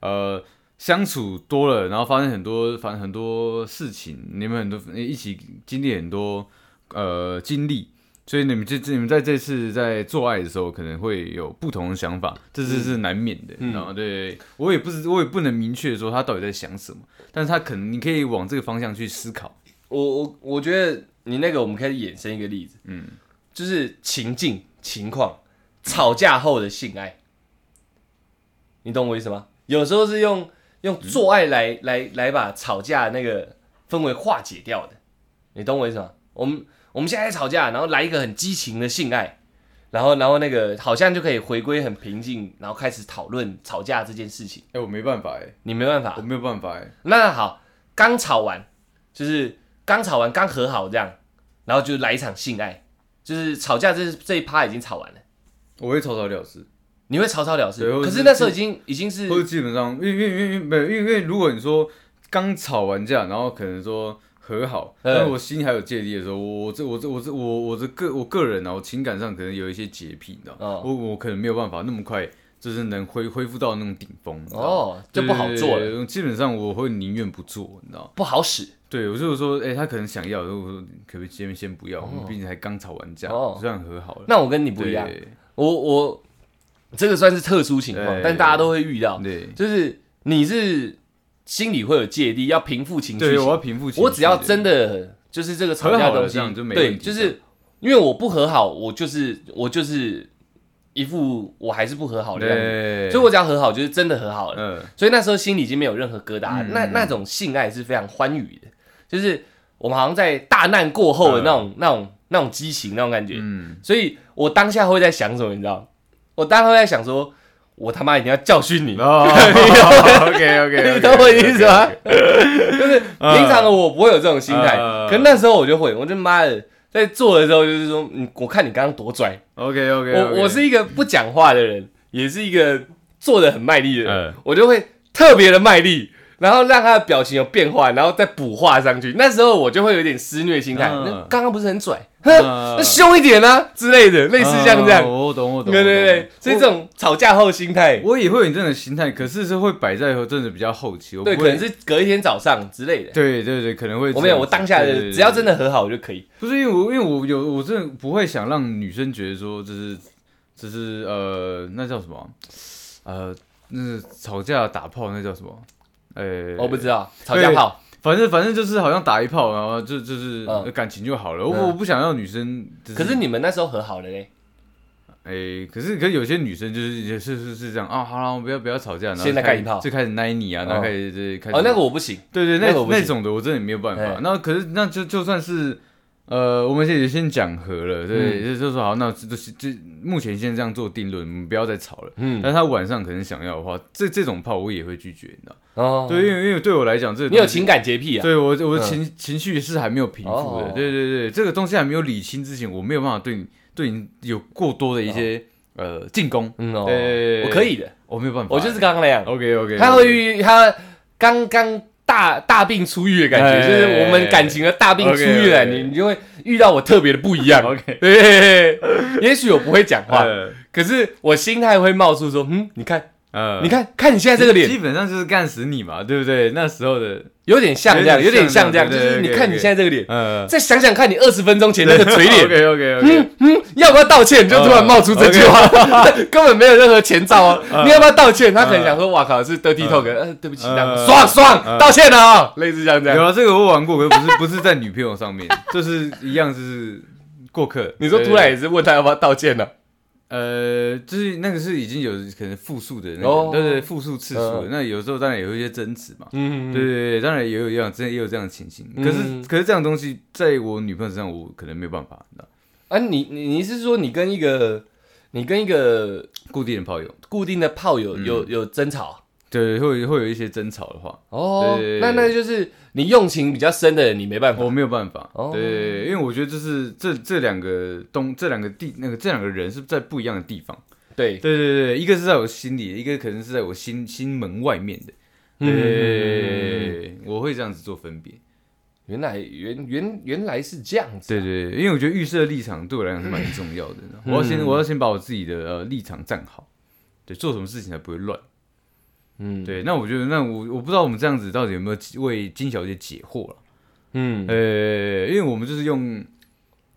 Speaker 2: 呃。相处多了，然后发生很多，反正很多事情，你们很多一起经历很多呃经历，所以你们这这你们在这次在做爱的时候，可能会有不同的想法，这是是难免的。然后对我也不知，我也不能明确说他到底在想什么，但是他可能你可以往这个方向去思考。
Speaker 1: 我我我觉得你那个我们可以衍生一个例子，嗯，就是情境情况，吵架后的性爱，你懂我意思吗？有时候是用用做爱来、来来把吵架那个氛围化解掉的，你懂我意思吗？我们我们现在在吵架，然后来一个很激情的性爱，然后然后那个好像就可以回归很平静，然后开始讨论吵架这件事情，
Speaker 2: 哎、我没办法哎、
Speaker 1: 你没办法，
Speaker 2: 我没有办法哎、
Speaker 1: 那好，刚吵完，就是刚吵完，刚和好这样，然后就来一场性爱，就是吵架这这一趴已经吵完了，
Speaker 2: 我会草草了事。
Speaker 1: 你会草草了事
Speaker 2: 对，或者
Speaker 1: 可是
Speaker 2: 是
Speaker 1: 那时候已经已经是
Speaker 2: 或者基本上，因为因为因为因为没有，因为因为如果你说刚吵完架，然后可能说和好，
Speaker 1: 嗯
Speaker 2: 但是我心还有芥蒂的时候，我我这我这我这我我这个我个人啊，我情感上可能有一些洁癖，你知道吗，
Speaker 1: 哦
Speaker 2: 我我可能没有办法那么快，就是能恢恢复到那种顶峰，你知道吗，
Speaker 1: 哦，就不好做了，
Speaker 2: 了。基本上我会宁愿不做，你知道吗。
Speaker 1: 不好使。
Speaker 2: 对，我就是说，哎、他可能想要，我说我说可不可以先先不要？我们毕竟才刚吵完架，
Speaker 1: 哦
Speaker 2: 虽然和好了，
Speaker 1: 那我跟你不一样，
Speaker 2: 对
Speaker 1: 我我这个算是特殊情况，
Speaker 2: 对
Speaker 1: 但大家都会遇到，
Speaker 2: 对
Speaker 1: 就是你是心里会有芥蒂，要平复情绪
Speaker 2: 对，我，要平复情绪的。
Speaker 1: 我只要真的就是这个吵架
Speaker 2: 和好了
Speaker 1: 东西
Speaker 2: 这样就没问
Speaker 1: 对，
Speaker 2: 题
Speaker 1: 就是因为我不和好，我就是我就是一副我还是不和好的样子，
Speaker 2: 对，
Speaker 1: 所以我只要和好就是真的和好了。
Speaker 2: 嗯。
Speaker 1: 所以那时候心里已经没有任何疙瘩，
Speaker 2: 嗯
Speaker 1: 那那种性爱是非常欢愉的，就是我们好像在大难过后的那种、那种那种激情那种感觉。
Speaker 2: 嗯，
Speaker 1: 所以我当下会在想什么，你知道吗？我当下会在想说，我他妈一定要教训你。
Speaker 2: 哦，OK OK，
Speaker 1: 你懂我意思吗？就是平常的我不会有这种心态，
Speaker 2: 嗯
Speaker 1: 可那时候我就会，我就妈的，在做的时候就是说，嗯，我看你刚刚多拽，
Speaker 2: ？OK OK，
Speaker 1: 我我是一个不讲话的人，也是一个做的很卖力的人，
Speaker 2: 嗯
Speaker 1: 我就会特别的卖力，然后让他的表情有变化，然后再补画上去。那时候我就会有点施虐心态，
Speaker 2: 嗯
Speaker 1: 那刚刚不是很拽，哼，
Speaker 2: 嗯
Speaker 1: 那凶一点啊之类的，类似像这
Speaker 2: 嗯
Speaker 1: 样。
Speaker 2: 我懂我懂，
Speaker 1: 对
Speaker 2: 我
Speaker 1: 对
Speaker 2: 懂
Speaker 1: 对，所以这种吵架后心态，
Speaker 2: 我也会有这样的心态，可是是会摆在真的比较后期，我
Speaker 1: 对，
Speaker 2: 不
Speaker 1: 可
Speaker 2: 会
Speaker 1: 能是隔一天早上之类的。
Speaker 2: 对对对，可能会
Speaker 1: 我没有，
Speaker 2: 这样
Speaker 1: 我
Speaker 2: 子
Speaker 1: 当下
Speaker 2: 对对
Speaker 1: 的
Speaker 2: 对
Speaker 1: 只要真
Speaker 2: 对
Speaker 1: 的和好就可以。
Speaker 2: 不是因为我因为我有我真的不会想让女生觉得说这是这是呃那叫什么呃那是吵架打炮那叫什么？呃，
Speaker 1: 哦我不知道吵架炮，
Speaker 2: 反正反正就是好像打一炮，然后就就是
Speaker 1: 嗯
Speaker 2: 感情就好了。我
Speaker 1: 嗯
Speaker 2: 我不想让女生就，
Speaker 1: 可是你们那时候和好了嘞，
Speaker 2: 哎，可是可是有些女生就是也是是是这样啊，好了，我不要不要吵架，然后
Speaker 1: 现在
Speaker 2: 就开
Speaker 1: 干一炮
Speaker 2: 就开始奶你啊，然后
Speaker 1: 哦
Speaker 2: 开始就是开始
Speaker 1: 哦，那个我不行，
Speaker 2: 对对，
Speaker 1: 那
Speaker 2: 那
Speaker 1: 个我不
Speaker 2: 那
Speaker 1: 行
Speaker 2: 种的我真的没有办
Speaker 1: 哎
Speaker 2: 法。那可是那就就算是呃，我们现在先讲和
Speaker 1: 嗯
Speaker 2: 了，对，就就说好，那这这这目前先这样做定论，我们不要再吵了。
Speaker 1: 嗯，
Speaker 2: 但他晚上可能想要的话，这这种炮我也会拒绝，你知道？
Speaker 1: 哦，
Speaker 2: 对，因为因为对我来讲，这个
Speaker 1: 你有
Speaker 2: 东西
Speaker 1: 情感洁癖啊，
Speaker 2: 对我，我的情、情绪是还没有平复的。
Speaker 1: 哦
Speaker 2: 对对对，这个东西还没有理清之前，我没有办法对你对你有过多的一些、呃进攻，
Speaker 1: 嗯哦，
Speaker 2: 对
Speaker 1: 我可以的，
Speaker 2: 我没有办法。
Speaker 1: 我就是刚刚那样。
Speaker 2: OK OK，
Speaker 1: 他会他刚刚大大病初愈的感觉，
Speaker 2: 哎
Speaker 1: 就是我们感情的大病初愈的感觉，
Speaker 2: OK，OK
Speaker 1: 你就会遇到我特别的不一样。
Speaker 2: OK
Speaker 1: 对，也许我不会讲话，
Speaker 2: 呃
Speaker 1: 可是我心态会冒出说，嗯，你看，
Speaker 2: 呃
Speaker 1: 你看，看你现在这个脸
Speaker 2: 基，本上就是干死你嘛，对不对？那时候的
Speaker 1: 有点像这样，有
Speaker 2: 有
Speaker 1: 点
Speaker 2: 点
Speaker 1: 像
Speaker 2: 像
Speaker 1: 这
Speaker 2: 这
Speaker 1: 样，
Speaker 2: 样
Speaker 1: 就
Speaker 2: 对
Speaker 1: 是
Speaker 2: 对
Speaker 1: 你
Speaker 2: 对
Speaker 1: 看你
Speaker 2: 对
Speaker 1: 现在这个脸，
Speaker 2: 呃
Speaker 1: 再想想看你二十分钟前那个嘴 脸。
Speaker 2: OK OK OK，
Speaker 1: 嗯嗯，要不要道歉？就突然冒出这句 话，根本没有任何前兆 哦。你要不要道歉？他可能想说：“哇靠，是 dirty talk，呃，对不起，这样
Speaker 2: 嗯
Speaker 1: 爽爽
Speaker 2: 嗯
Speaker 1: 道歉了啊！”类似像这样
Speaker 2: 有。啊，这个我玩过，可是不是不是在女朋友上面，就是一样就是过客。
Speaker 1: 你说
Speaker 2: 对
Speaker 1: 突然也是问他要不要道歉呢、
Speaker 2: 呃，就是那个是已经有可能复数的那
Speaker 1: 哦
Speaker 2: 个，对对，复数次数的
Speaker 1: 嗯。
Speaker 2: 那有时候当然也有一些争执嘛，
Speaker 1: 嗯，
Speaker 2: 对对对，当然也有一样，真的也有这样的情形。可
Speaker 1: 嗯
Speaker 2: 是可是这样的东西，在我女朋友身上，我可能没有办法，你知道
Speaker 1: 啊，你你你是说你跟一个你跟一个
Speaker 2: 固定的炮友，
Speaker 1: 固定的炮友有、有争吵
Speaker 2: 对，会会有一些争吵的话，
Speaker 1: 哦？
Speaker 2: 对
Speaker 1: 那那就是你用情比较深的人，你没办法
Speaker 2: 我没有办法，
Speaker 1: 哦
Speaker 2: 对，因为我觉得这是这这两个东这两个地那个这两个人是在不一样的地方，
Speaker 1: 对，
Speaker 2: 对对对，一个是在我心里，一个可能是在我心心门外面的，
Speaker 1: 嗯
Speaker 2: 对，我会这样子做分别，
Speaker 1: 原来原原原来是这样子，
Speaker 2: 对对，对因为我觉得预设立场对我来讲是蛮重要的，
Speaker 1: 嗯
Speaker 2: 我要先我要先把我自己的呃立场站好，对，做什么事情才不会乱，
Speaker 1: 嗯，
Speaker 2: 对，那我觉得，那我我不知道我们这样子到底有没有为金小姐解惑了。
Speaker 1: 嗯，
Speaker 2: 呃，因为我们就是用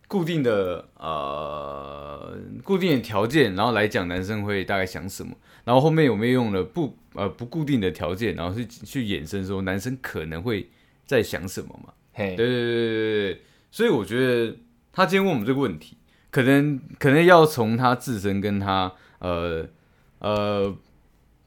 Speaker 2: 固定的呃固定的条件，然后来讲男生会大概想什么，然后后面我们又用了不呃不固定的条件，然后去去衍生说男生可能会在想什么嘛。
Speaker 1: 嘿，
Speaker 2: 对对对对对对，所以我觉得他今天问我们这个问题，可能可能要从他自身跟他呃呃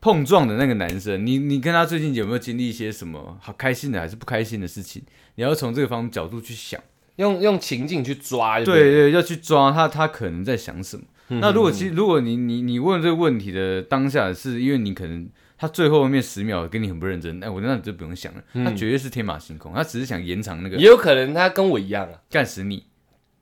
Speaker 2: 碰撞的那个男生，你你跟他最近有没有经历一些什么好开心的还是不开心的事情？你要从这个方面角度去想，
Speaker 1: 用用情境去抓就
Speaker 2: 对嗯
Speaker 1: 对了，
Speaker 2: 对要去抓他他可能在想什么。那如果其实如果你你你问这个问题的当下，是因为你可能他最后面十秒跟你很不认真，哎，我那你就不用想了，他绝对是天马行空，他只是想嗯延长那个
Speaker 1: 也有可能他跟我一样啊，
Speaker 2: 干死你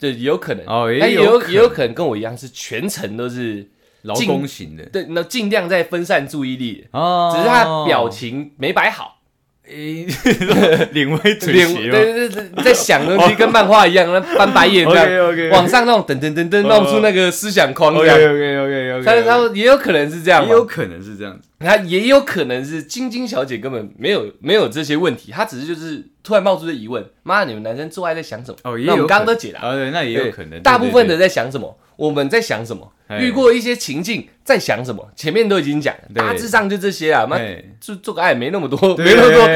Speaker 1: 对，也有可能，
Speaker 2: 哦，
Speaker 1: 他也
Speaker 2: 有
Speaker 1: 哎有也有可能跟我一样是全程都是
Speaker 2: 劳
Speaker 1: 进
Speaker 2: 工型的
Speaker 1: 对，那尽量在分散注意力，
Speaker 2: 哦
Speaker 1: 只是他的表情没摆好，
Speaker 2: 诶 领位腿
Speaker 1: 脸
Speaker 2: 斜
Speaker 1: 对
Speaker 2: 吗
Speaker 1: 对对，对在想东西跟漫画一样， 那翻白眼这样，
Speaker 2: OK
Speaker 1: 往上弄，噔噔噔噔，弄出那个思想框
Speaker 2: OK
Speaker 1: 这
Speaker 2: OK
Speaker 1: 样。
Speaker 2: OK OK，
Speaker 1: 但是他也有可能是这样
Speaker 2: 也
Speaker 1: 嘛，
Speaker 2: 有可能是这样子，
Speaker 1: 他也有可能是晶晶小姐根本没有没有这些问题，她只是就是突然冒出的疑问，妈，你们男生做爱在想什么？
Speaker 2: 哦，也
Speaker 1: 那
Speaker 2: 有
Speaker 1: 我们刚刚
Speaker 2: 可
Speaker 1: 都
Speaker 2: 能
Speaker 1: 解答了，
Speaker 2: 哦，对，那也有
Speaker 1: 对
Speaker 2: 可能，
Speaker 1: 大部分
Speaker 2: 对
Speaker 1: 的在想什么，我们在想什么，
Speaker 2: 哎
Speaker 1: 遇过一些情境在想什么，前面都已经讲了，
Speaker 2: 对
Speaker 1: 大致上就这些啊，妈，
Speaker 2: 对
Speaker 1: 就做个爱没那么多，
Speaker 2: 对
Speaker 1: 没那么多，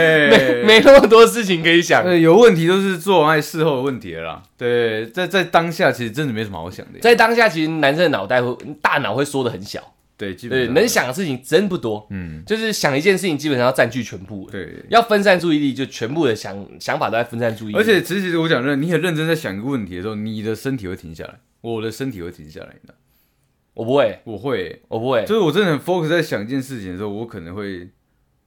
Speaker 1: 没没那么多事情可以想。
Speaker 2: 哎对，有问题都是做完爱事后的问题了啦。对，在在当下其实真的没什么好想的，
Speaker 1: 在当下，其实男生的脑袋会大脑会缩的很小，
Speaker 2: 对，基本
Speaker 1: 对，
Speaker 2: 上
Speaker 1: 能想的事情真不多，
Speaker 2: 嗯，
Speaker 1: 就是想一件事情基本上要占据全部了。
Speaker 2: 对。
Speaker 1: 要分散注意力，就全部的想想法都在分散注意力。
Speaker 2: 而且，其实我讲真的，你很认真在想一个问题的时候，你的身体会停下来，我的身体会停下来，你知道？
Speaker 1: 我不会，
Speaker 2: 我会欸，
Speaker 1: 我不会。
Speaker 2: 就是我真的很 focus 在想一件事情的时候，我可能会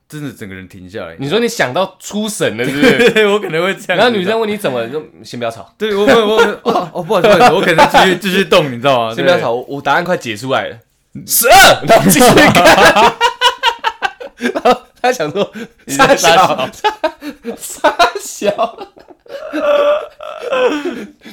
Speaker 2: 真的整个人停下来。
Speaker 1: 你说你想到出神了，是不是？
Speaker 2: 对，我可能会这样。
Speaker 1: 然后女生，问你怎么了，就先不要吵，
Speaker 2: 对我我我哦哦，不好意思，不好意思，我可能继续继续动，你知道吗？
Speaker 1: 先不要
Speaker 2: 对
Speaker 1: 吵，我我答案快解出来了，啊十二，然后继续看。然后他想说傻小傻小，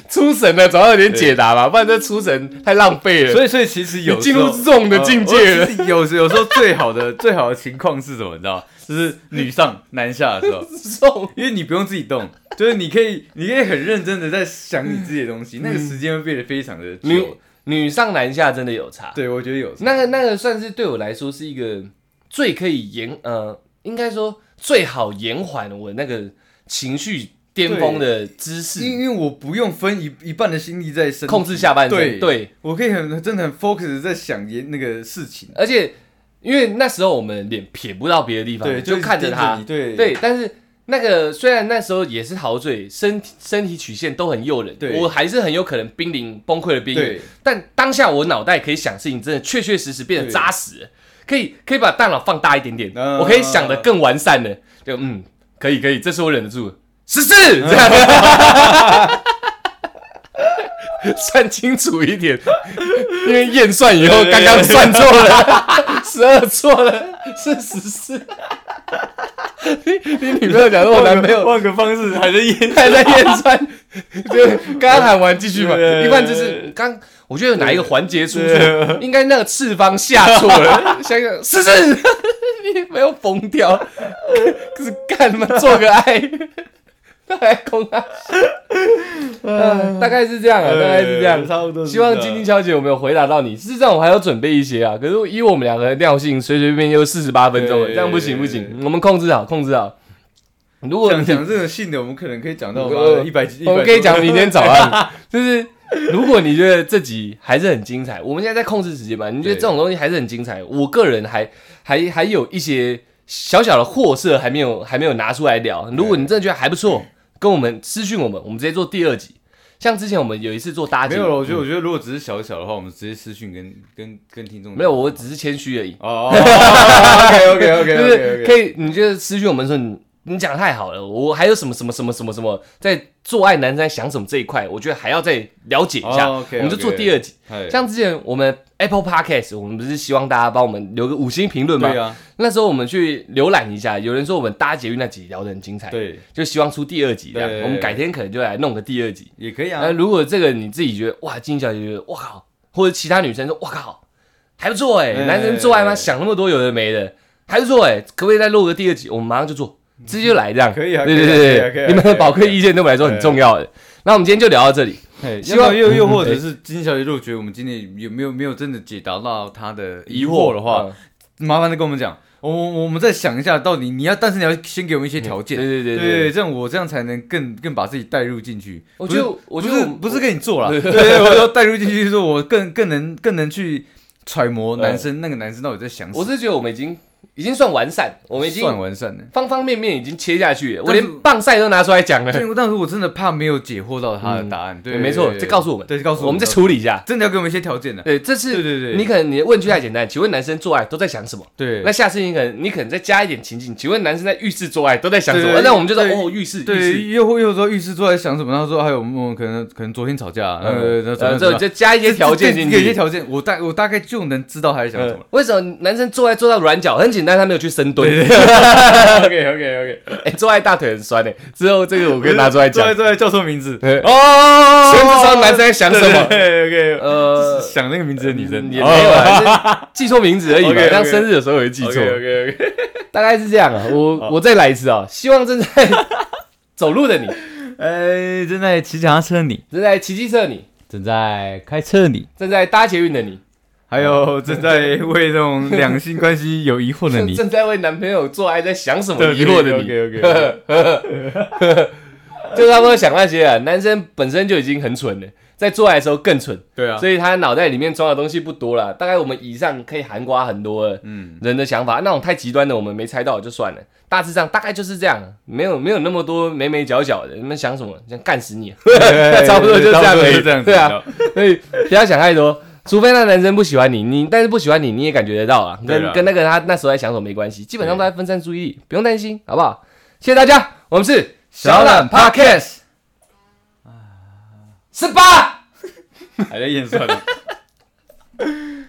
Speaker 1: 出神了，总要有点解答吧，不然这出神太浪费了。
Speaker 2: 所
Speaker 1: 以
Speaker 2: 以所以其实有时候
Speaker 1: 进入这种的境界了
Speaker 2: 呃我其 实有时有时候最好的 最好的情况是什么？你知道吗？就是女上男下的时候，
Speaker 1: 送
Speaker 2: 因为你不用自己动，就是你可以你可以很认真的在想你自己的东西，那个时间会变得非常的
Speaker 1: 女
Speaker 2: 久。
Speaker 1: 女上男下真的有差，
Speaker 2: 对，我觉得有
Speaker 1: 那个那个算是对我来说是一个最可以延呃，应该说最好延缓我那个情绪巅峰的姿
Speaker 2: 因
Speaker 1: 势，
Speaker 2: 因为我不用分一一半的心力在身体
Speaker 1: 控制下半身。
Speaker 2: 对
Speaker 1: 对，
Speaker 2: 我可以很真的很 focus 地在想一那个事情，
Speaker 1: 而且因为那时候我们脸撇不到别的地方，
Speaker 2: 对，
Speaker 1: 就看
Speaker 2: 着
Speaker 1: 着他
Speaker 2: 你，对
Speaker 1: 对，但是。那个虽然那时候也是陶醉，身体身体曲线都很诱人，
Speaker 2: 对
Speaker 1: 我还是很有可能濒临崩溃的边缘
Speaker 2: 对。
Speaker 1: 但当下我脑袋可以想事情，真的确确实实变得扎实了，可以可以把大脑放大一点点，
Speaker 2: 嗯
Speaker 1: 我可以想的更完善了。就嗯，可以可以，这是我忍得住的。十四这样， 算清楚一点，因为验算以后
Speaker 2: 对对
Speaker 1: 刚刚算错了，十二错了，是十四。 你你女朋友讲说，我男朋 友
Speaker 2: 换个方式还在演，
Speaker 1: 还在验算，对，刚刚喊完继续嘛，
Speaker 2: 对
Speaker 1: 一般就是刚，我觉得有哪一个环节出错，应该那个次方下错了， 想想是是，你没有疯掉，可是干嘛做个爱， 那还空啊，嗯，大概是这样啊，大概是这样。
Speaker 2: 差不多是
Speaker 1: 希
Speaker 2: 这样。
Speaker 1: 望晶晶小姐有没有回答到你？事实上，我还要准备一些啊。可是以我们两个人的调性，随随便便就四十八分钟了，
Speaker 2: 对
Speaker 1: 这样不行不行，我们控制好，控制好。如果
Speaker 2: 想
Speaker 1: 你
Speaker 2: 讲这种性的，我们可能可以讲到
Speaker 1: 呃
Speaker 2: 一百集，
Speaker 1: 我们
Speaker 2: 100
Speaker 1: 可以讲明天早 安，就是如果你觉得这集还是很精彩，我们现在在控制时间嘛，你觉得
Speaker 2: 对
Speaker 1: 这种东西还是很精彩，我个人还还还有一些小小的货色还没有还没有拿出来聊，如果你真的觉得还不错，跟我们私讯我们，我们直接做第二集。像之前我们有一次做搭
Speaker 2: 没
Speaker 1: 建，嗯
Speaker 2: 有了。我觉得，我觉得如果只是小小的话，我们直接私讯跟跟跟听众
Speaker 1: 没有，我只是谦虚而已。
Speaker 2: 哦。
Speaker 1: 就
Speaker 2: OK OK OK
Speaker 1: 是
Speaker 2: OK
Speaker 1: 可
Speaker 2: OK，
Speaker 1: 以，你就是私讯我们说你你讲得太好了，我还有什么什么什么什么什么在做爱男生在想什么这一块，我觉得还要再了解一下，
Speaker 2: 哦，OK，
Speaker 1: 我们就做
Speaker 2: OK
Speaker 1: 第二集。
Speaker 2: 嗨
Speaker 1: 像之前我们 Apple Podcast，我们不是希望大家帮我们留个五星评论吗
Speaker 2: 对？啊，
Speaker 1: 那时候我们去浏览一下，有人说我们搭捷运那集聊得很精彩，
Speaker 2: 对，
Speaker 1: 就希望出第二集这样
Speaker 2: 对。
Speaker 1: 我们改天可能就来弄个第二集。
Speaker 2: 也可以
Speaker 1: 那
Speaker 2: 啊。
Speaker 1: 如果这个你自己觉得哇，金小姐觉得哇靠，或者其他女生说哇靠，还不错哎，
Speaker 2: 对
Speaker 1: 男生做爱吗？
Speaker 2: 对
Speaker 1: 想那么多有的没的，还不错哎，可不可以再录个第二集？我们马上就做，直接就来这样。
Speaker 2: 可以啊
Speaker 1: 对
Speaker 2: 可以
Speaker 1: 对对
Speaker 2: 啊可以啊可以
Speaker 1: 对，
Speaker 2: 啊
Speaker 1: 你们
Speaker 2: 可以
Speaker 1: 的
Speaker 2: 啊
Speaker 1: 宝贵意见对我们来说很重要的。那我们今天就聊到这里。
Speaker 2: 嘿
Speaker 1: 希望
Speaker 2: 要不然又又或者是金小姐，如果觉得我们今天有没有没有真的解答到她的疑惑的话，
Speaker 1: 嗯
Speaker 2: 麻烦再跟我们讲，我我我们再想一下，到底你要，但是你要先给我们一些条件，
Speaker 1: 对对对
Speaker 2: 对
Speaker 1: 对
Speaker 2: 这样我这样才能更更把自己带入进去。
Speaker 1: 我
Speaker 2: 不是
Speaker 1: 觉得我觉得
Speaker 2: 不是
Speaker 1: 我
Speaker 2: 不是跟你做了，对对， 我要带入进去，就是我更更能更能去揣摩男生那个男生到底在想什
Speaker 1: 我
Speaker 2: 么，
Speaker 1: 是觉得我们已经已经算完善，我们已经
Speaker 2: 算完善的。
Speaker 1: 方方面面已经切下去了，我
Speaker 2: 但是
Speaker 1: 连棒赛都拿出来讲了。
Speaker 2: 对，但是我真的怕没有解惑到他的答案，对，
Speaker 1: 对没错，
Speaker 2: 对
Speaker 1: 再告诉我们，
Speaker 2: 对，告诉
Speaker 1: 我们再处理一下。
Speaker 2: 真的要给我们一些条件的，
Speaker 1: 对，这次
Speaker 2: 对对对
Speaker 1: 你可能你的问句太简单，请问男生做爱都在想什么？
Speaker 2: 对
Speaker 1: 那，下次你可能你可能再加一点情境，请问男生在浴室做爱都在想什么？
Speaker 2: 对
Speaker 1: 那我们就说
Speaker 2: 对
Speaker 1: 哦，浴室浴室
Speaker 2: 对，，又或又说浴室坐在想什么，然后说哎还有我们我们可能可能昨天吵架，呃，那怎么
Speaker 1: 呃，
Speaker 2: 样怎么
Speaker 1: 这
Speaker 2: 样
Speaker 1: 就加一些条件
Speaker 2: 这
Speaker 1: 进
Speaker 2: 这有一些
Speaker 1: 去。
Speaker 2: 条件，我大我大概就能知道他在想什么
Speaker 1: 嗯
Speaker 2: 了。
Speaker 1: 为什么男生做爱做到软脚？很简单，他没有去深蹲。
Speaker 2: OK OK OK，
Speaker 1: 哎，做爱大腿很酸诶。之后这个我可以拿出来讲
Speaker 2: 坐在。坐在叫错名字，
Speaker 1: 对
Speaker 2: 哦，
Speaker 1: 全知道男生在想什么。
Speaker 2: 对，OK，
Speaker 1: 呃，
Speaker 2: 想那个名字的女生
Speaker 1: 也没有 啊，是记错名字而已嘛。
Speaker 2: OK，OK
Speaker 1: 像生日的时候也会记错，
Speaker 2: OK OK，
Speaker 1: 大概是这样啊。我我再来一次啊，希望正在 走路的你，
Speaker 2: 哎，正在骑脚踏车的你，
Speaker 1: 正在骑机车的你，
Speaker 2: 正在开车的你，
Speaker 1: 正在搭捷运的你，
Speaker 2: 还有正在为这种两性关系有疑惑的你，
Speaker 1: 正在为男朋友做爱在想什么
Speaker 2: 对
Speaker 1: 疑惑的你，
Speaker 2: OK OK，
Speaker 1: 就差不多想那些啊。男生本身就已经很蠢了，在做爱的时候更蠢，
Speaker 2: 对啊，
Speaker 1: 所以他脑袋里面装的东西不多了。大概我们以上可以涵盖很多了。
Speaker 2: 嗯，
Speaker 1: 人的想法，那种太极端的我们没猜到就算了，大致上大概就是这样，没有没有那么多眉眉角角的，你们想什么？想干死你，啊差不多就这样而已
Speaker 2: 这样子，
Speaker 1: 对啊， 所以不要想太多，除非那男生不喜欢你，你但是不喜欢你你也感觉得到啊，
Speaker 2: 对
Speaker 1: 跟
Speaker 2: 啊
Speaker 1: 跟那个他那时候在想什么没关系，基本上都在分散注意力，不用担心，好不好？谢谢大家，我们是
Speaker 2: 小懒
Speaker 1: Podcast 十八。
Speaker 2: 还在验算呢。